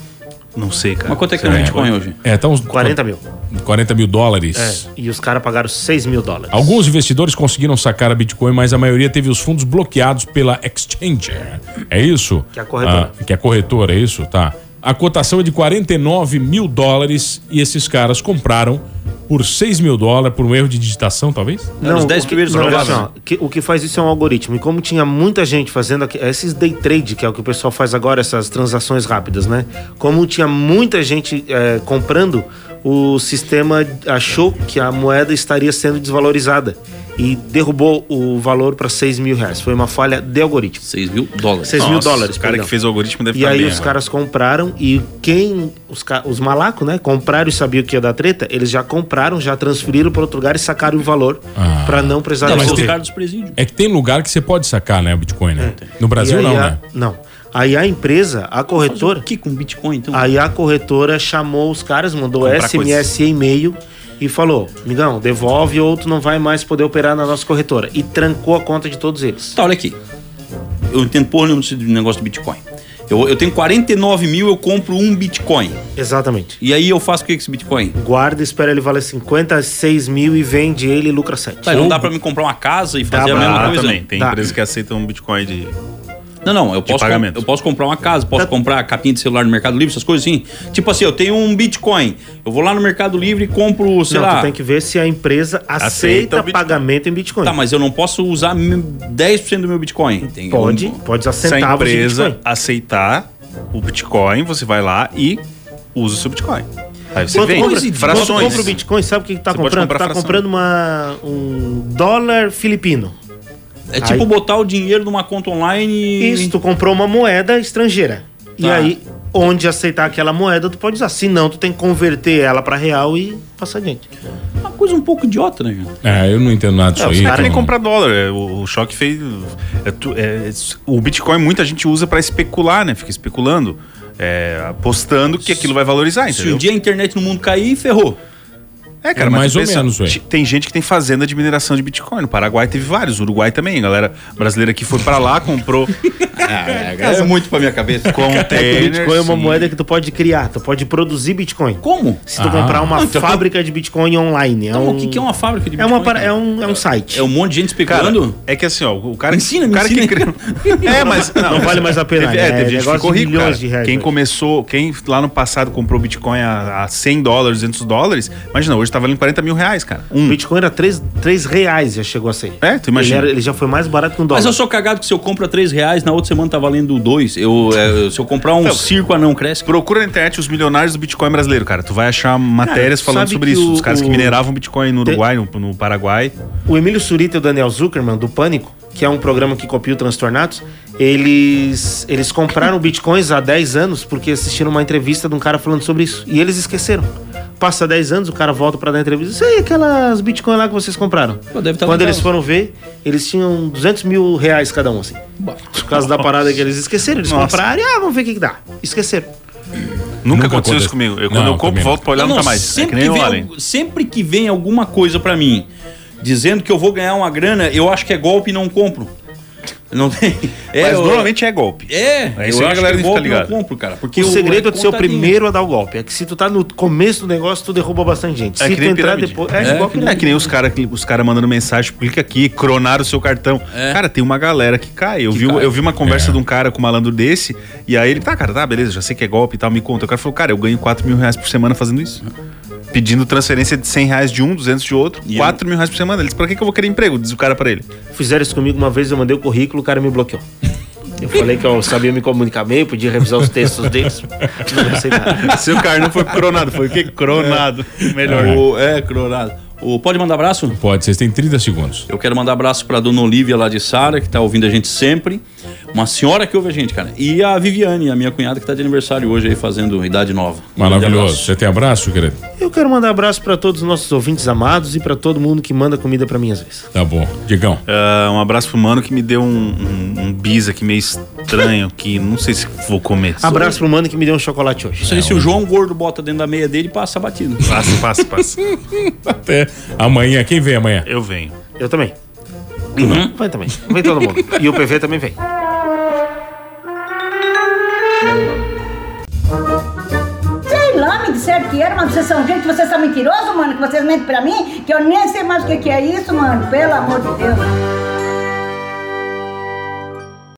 Speaker 8: Não sei, cara.
Speaker 10: Mas quanto é que é o Bitcoin hoje?
Speaker 7: É, tá uns
Speaker 9: 40 mil. É,
Speaker 7: 40 mil dólares.
Speaker 9: E os caras pagaram 6 mil dólares.
Speaker 7: Alguns investidores conseguiram sacar a Bitcoin, mas a maioria teve os fundos bloqueados pela Exchanger. É isso?
Speaker 9: Que é a corretora.
Speaker 7: Ah, que é a corretora, é isso? Tá. A cotação é de 49 mil dólares e esses caras compraram por 6 mil dólares por um erro de digitação, talvez?
Speaker 10: Era os 10 primeiros
Speaker 9: não,
Speaker 10: prováveis.
Speaker 9: olha só, que- o que faz isso é um algoritmo. E como tinha muita gente fazendo aqui- esses day trade, que é o que o pessoal faz agora, essas transações rápidas, né? Como tinha muita gente é, comprando, o sistema achou que a moeda estaria sendo desvalorizada e derrubou o valor para 6 mil reais. Foi uma falha de algoritmo.
Speaker 10: 6 mil dólares.
Speaker 9: 6 mil
Speaker 8: Nossa,
Speaker 9: dólares.
Speaker 8: O cara
Speaker 9: perdão.
Speaker 8: que fez o algoritmo deve
Speaker 9: E
Speaker 8: estar
Speaker 9: aí
Speaker 8: bem né?
Speaker 9: os
Speaker 8: agora.
Speaker 9: caras compraram e quem os, ca- os malacos, né, compraram e sabiam que ia dar treta, eles já compraram, já transferiram para outro lugar e sacaram o valor
Speaker 7: Ah.
Speaker 9: pra para não precisar
Speaker 10: Não, mas
Speaker 7: tem-
Speaker 10: os
Speaker 9: devolver.
Speaker 10: caras dos presídios.
Speaker 7: É que tem lugar que você pode sacar, né, o Bitcoin, né? No Brasil
Speaker 9: É, E aí
Speaker 7: não,
Speaker 9: a-
Speaker 7: né?
Speaker 9: Não. Aí a empresa, a corretora,
Speaker 10: Que com Bitcoin, então?
Speaker 9: aí a corretora chamou os caras, mandou
Speaker 8: Comprar
Speaker 9: SMS e e-mail e falou: "Migão, devolve ou tu não vai mais poder operar na nossa corretora" e trancou a conta de todos eles.
Speaker 10: Tá, olha aqui. Eu entendo porra nenhuma desse negócio do Bitcoin. Eu, eu tenho 49 mil, eu compro um Bitcoin.
Speaker 9: Exatamente.
Speaker 10: E aí eu faço o que com esse Bitcoin?
Speaker 9: Guarda, espera ele valer 56 mil e vende ele e lucra 7.
Speaker 10: Tá, não dá pra me comprar uma casa
Speaker 7: Tá
Speaker 10: e fazer a
Speaker 9: Dá
Speaker 10: mesma
Speaker 8: Ah,
Speaker 10: coisa?
Speaker 8: também. Tem
Speaker 9: Dá.
Speaker 8: empresas que aceitam um Bitcoin de.
Speaker 10: Não, não, eu posso, com-
Speaker 8: pagamento.
Speaker 10: eu posso comprar uma casa,
Speaker 9: Tá.
Speaker 10: posso comprar capinha de celular no Mercado Livre, essas coisas assim. Tipo assim, eu tenho um Bitcoin, eu vou lá no Mercado Livre e compro, sei
Speaker 9: não,
Speaker 10: lá...
Speaker 9: tu tem que ver se a empresa
Speaker 8: Aceita
Speaker 9: aceita,
Speaker 8: o Bitcoin.
Speaker 9: pagamento em Bitcoin.
Speaker 10: Tá, mas eu não posso usar mi- 10% do meu Bitcoin. Tem-
Speaker 9: Pode,
Speaker 10: eu-
Speaker 9: pode usar
Speaker 8: Se a
Speaker 9: centavos em
Speaker 8: empresa
Speaker 9: Bitcoin.
Speaker 8: aceitar o Bitcoin, você vai lá e usa o seu Bitcoin. Aí você
Speaker 9: Quanto
Speaker 8: vende.
Speaker 9: compra, quanto
Speaker 8: Frações.
Speaker 9: compra o Bitcoin, sabe o que, que tá
Speaker 8: Você pode
Speaker 9: comprando?
Speaker 8: comprar
Speaker 9: Tá
Speaker 8: fração.
Speaker 9: comprando uma, um dólar filipino.
Speaker 10: É tipo
Speaker 9: Aí-
Speaker 10: botar o dinheiro numa conta online e...
Speaker 9: Isso, tu comprou uma moeda estrangeira. E
Speaker 10: Tá.
Speaker 9: aí, onde aceitar aquela moeda, tu pode usar. Se não, tu tem que converter ela pra real e passar adiante.
Speaker 10: Uma coisa um pouco idiota, né, cara?
Speaker 7: É, eu não entendo nada disso
Speaker 8: É, os
Speaker 7: aí.
Speaker 8: caras nem
Speaker 7: então-
Speaker 8: comprar dólar. é, O, o choque fez. é tu- é, s- o Bitcoin muita gente usa pra especular, né? Fica especulando, é, apostando que aquilo vai valorizar,
Speaker 10: Se um
Speaker 8: entendeu?
Speaker 10: dia a internet no mundo cair, ferrou.
Speaker 8: É,
Speaker 7: É mais
Speaker 8: tu
Speaker 7: ou menos, ué.
Speaker 8: ti- Tem gente que tem fazenda de mineração de Bitcoin. No Paraguai teve vários, Uruguai também. A galera brasileira que foi pra lá, comprou.
Speaker 10: É, muito pra minha cabeça.
Speaker 8: container,
Speaker 9: Bitcoin é uma
Speaker 8: sim.
Speaker 9: moeda que tu pode criar, tu pode produzir Bitcoin.
Speaker 10: Como?
Speaker 9: Se tu
Speaker 7: Ah.
Speaker 9: comprar uma
Speaker 10: Então-
Speaker 9: fábrica de Bitcoin online.
Speaker 10: Então,
Speaker 9: é um...
Speaker 10: o que, que é uma fábrica de
Speaker 9: É,
Speaker 10: Bitcoin?
Speaker 9: uma, para-
Speaker 10: cara?
Speaker 9: é, um, é um site.
Speaker 10: É um monte de gente
Speaker 8: Cara,
Speaker 10: especulando?
Speaker 8: é que assim, ó, o cara,
Speaker 10: Ensina,
Speaker 8: o
Speaker 10: me
Speaker 8: cara que
Speaker 10: ensina.
Speaker 8: criou- É, mas
Speaker 9: Não vale mais a pena,
Speaker 8: Teve, é,
Speaker 9: né?
Speaker 8: teve gente que
Speaker 9: Negócio
Speaker 8: ficou
Speaker 9: de
Speaker 8: rico,
Speaker 9: milhões
Speaker 8: cara.
Speaker 9: de reais
Speaker 8: Quem
Speaker 9: hoje.
Speaker 8: começou, quem lá no passado comprou Bitcoin a, a 100 dólares, 200 dólares, imagina, hoje tá valendo 40 mil reais, cara.
Speaker 9: O
Speaker 8: Um.
Speaker 9: Bitcoin era 3, três reais, já chegou a ser.
Speaker 8: É, tu imagina.
Speaker 9: Ele, era- ele já foi mais barato que um dólar.
Speaker 10: Mas eu sou cagado que se eu compro a 3 reais, na outra semana tá valendo 2. Eu, é, se eu comprar um circo anão cresce.
Speaker 8: Procura na internet os milionários do Bitcoin brasileiro, cara. Tu vai achar matérias falando
Speaker 9: sabe
Speaker 8: sobre
Speaker 9: que
Speaker 8: isso.
Speaker 9: o-
Speaker 8: os caras que
Speaker 9: o-
Speaker 8: mineravam Bitcoin no Uruguai, no, no Paraguai.
Speaker 9: O Emílio Surita e o Daniel Zuckerman, do Pânico, que é um programa que copia o Transtornados, eles, eles compraram bitcoins há 10 anos porque assistiram uma entrevista de um cara falando sobre isso. E eles esqueceram. Passa 10 anos, o cara volta pra dar entrevista. Isso aí, aquelas bitcoins lá que vocês compraram.
Speaker 10: Pô, deve tá
Speaker 9: Quando
Speaker 10: legal.
Speaker 9: eles foram ver, eles tinham 200 mil reais cada um, assim. Por causa da parada que eles esqueceram, eles
Speaker 8: Nossa.
Speaker 9: compraram e ah, vamos ver o que, que dá. Esqueceram.
Speaker 8: Nunca,
Speaker 7: Nunca acontece-
Speaker 8: aconteceu isso comigo.
Speaker 7: Não,
Speaker 8: Eu, quando eu compro,
Speaker 7: também não.
Speaker 8: volto pra olhar,
Speaker 10: Não,
Speaker 8: nunca
Speaker 10: não,
Speaker 8: mais. É que
Speaker 10: Sempre,
Speaker 8: nem
Speaker 10: que
Speaker 8: o
Speaker 10: vem,
Speaker 8: Alien.
Speaker 10: algu- sempre que vem alguma coisa pra mim dizendo que eu vou ganhar uma grana, eu acho que é golpe e não compro. Não tem. É,
Speaker 8: Mas
Speaker 10: eu-
Speaker 8: normalmente é golpe.
Speaker 10: É,
Speaker 8: É
Speaker 10: eu
Speaker 8: isso aí que a
Speaker 10: acho
Speaker 8: galera
Speaker 10: que é golpe
Speaker 8: tem que
Speaker 10: e
Speaker 8: ficar
Speaker 10: não
Speaker 8: ligado.
Speaker 10: compro, cara. Porque tá
Speaker 9: O segredo é
Speaker 10: de
Speaker 9: tu ser o primeiro a dar o golpe. É que se tu tá no começo do negócio, tu derruba bastante gente.
Speaker 8: É
Speaker 9: se
Speaker 8: que
Speaker 9: tu
Speaker 8: nem
Speaker 9: entrar
Speaker 8: pirâmide.
Speaker 9: depois.
Speaker 8: É,
Speaker 9: É, igual
Speaker 8: que,
Speaker 9: pirâmide.
Speaker 8: nem, é que nem os caras os cara mandando mensagem, clica aqui, cronar o seu cartão. Cara, tem uma galera que cai. Eu, vi,
Speaker 10: cai.
Speaker 8: eu vi uma conversa de um cara com um malandro desse, e aí ele, tá, cara, tá, beleza, já sei que é golpe e tal, me conta. O cara falou, cara, eu ganho 4 mil reais por semana fazendo isso. Pedindo transferência de 100 reais de um, 200 de outro,
Speaker 10: E
Speaker 8: 4 mil reais por semana. Ele disse, pra que, que eu vou querer emprego? Diz o cara pra ele.
Speaker 9: Fizeram isso comigo uma vez, eu mandei o currículo, o cara me bloqueou. Eu falei que eu sabia me comunicar bem, podia revisar os textos deles. Não sei nada.
Speaker 8: Seu cara não foi cronado, foi o quê? Cronado. Melhor.
Speaker 10: O, é, Colorado. O, pode mandar abraço?
Speaker 7: Pode, vocês têm 30 segundos.
Speaker 10: Eu quero mandar abraço pra Dona Olivia lá de Sara, que tá ouvindo a gente sempre. Uma senhora que ouve a gente, cara. E a Viviane, a minha cunhada, que tá de aniversário hoje aí, fazendo idade nova. Um grande
Speaker 7: Maravilhoso.
Speaker 10: abraço.
Speaker 7: Você tem abraço, querido?
Speaker 9: Eu quero mandar abraço pra todos os nossos ouvintes amados e pra todo mundo que manda comida pra mim às vezes.
Speaker 7: Tá bom. Digão.
Speaker 8: Ah, um abraço pro mano que me deu um, um, um bis aqui meio estranho, que não sei se vou comer.
Speaker 9: Abraço pro mano que me deu um chocolate hoje.
Speaker 10: Isso aí, se o João Gordo bota dentro da meia dele, passa batido.
Speaker 8: Passa, passa, passa.
Speaker 7: Até amanhã. Quem vem amanhã?
Speaker 8: Eu venho.
Speaker 9: Eu também. Não, Vai também. Vem todo mundo. E o PV também vem.
Speaker 6: Sei lá, me disseram que era, mas vocês são gente, vocês são mentirosos, mano, que vocês mentem pra mim, que eu nem sei mais o que, que é isso, mano, pelo amor de Deus.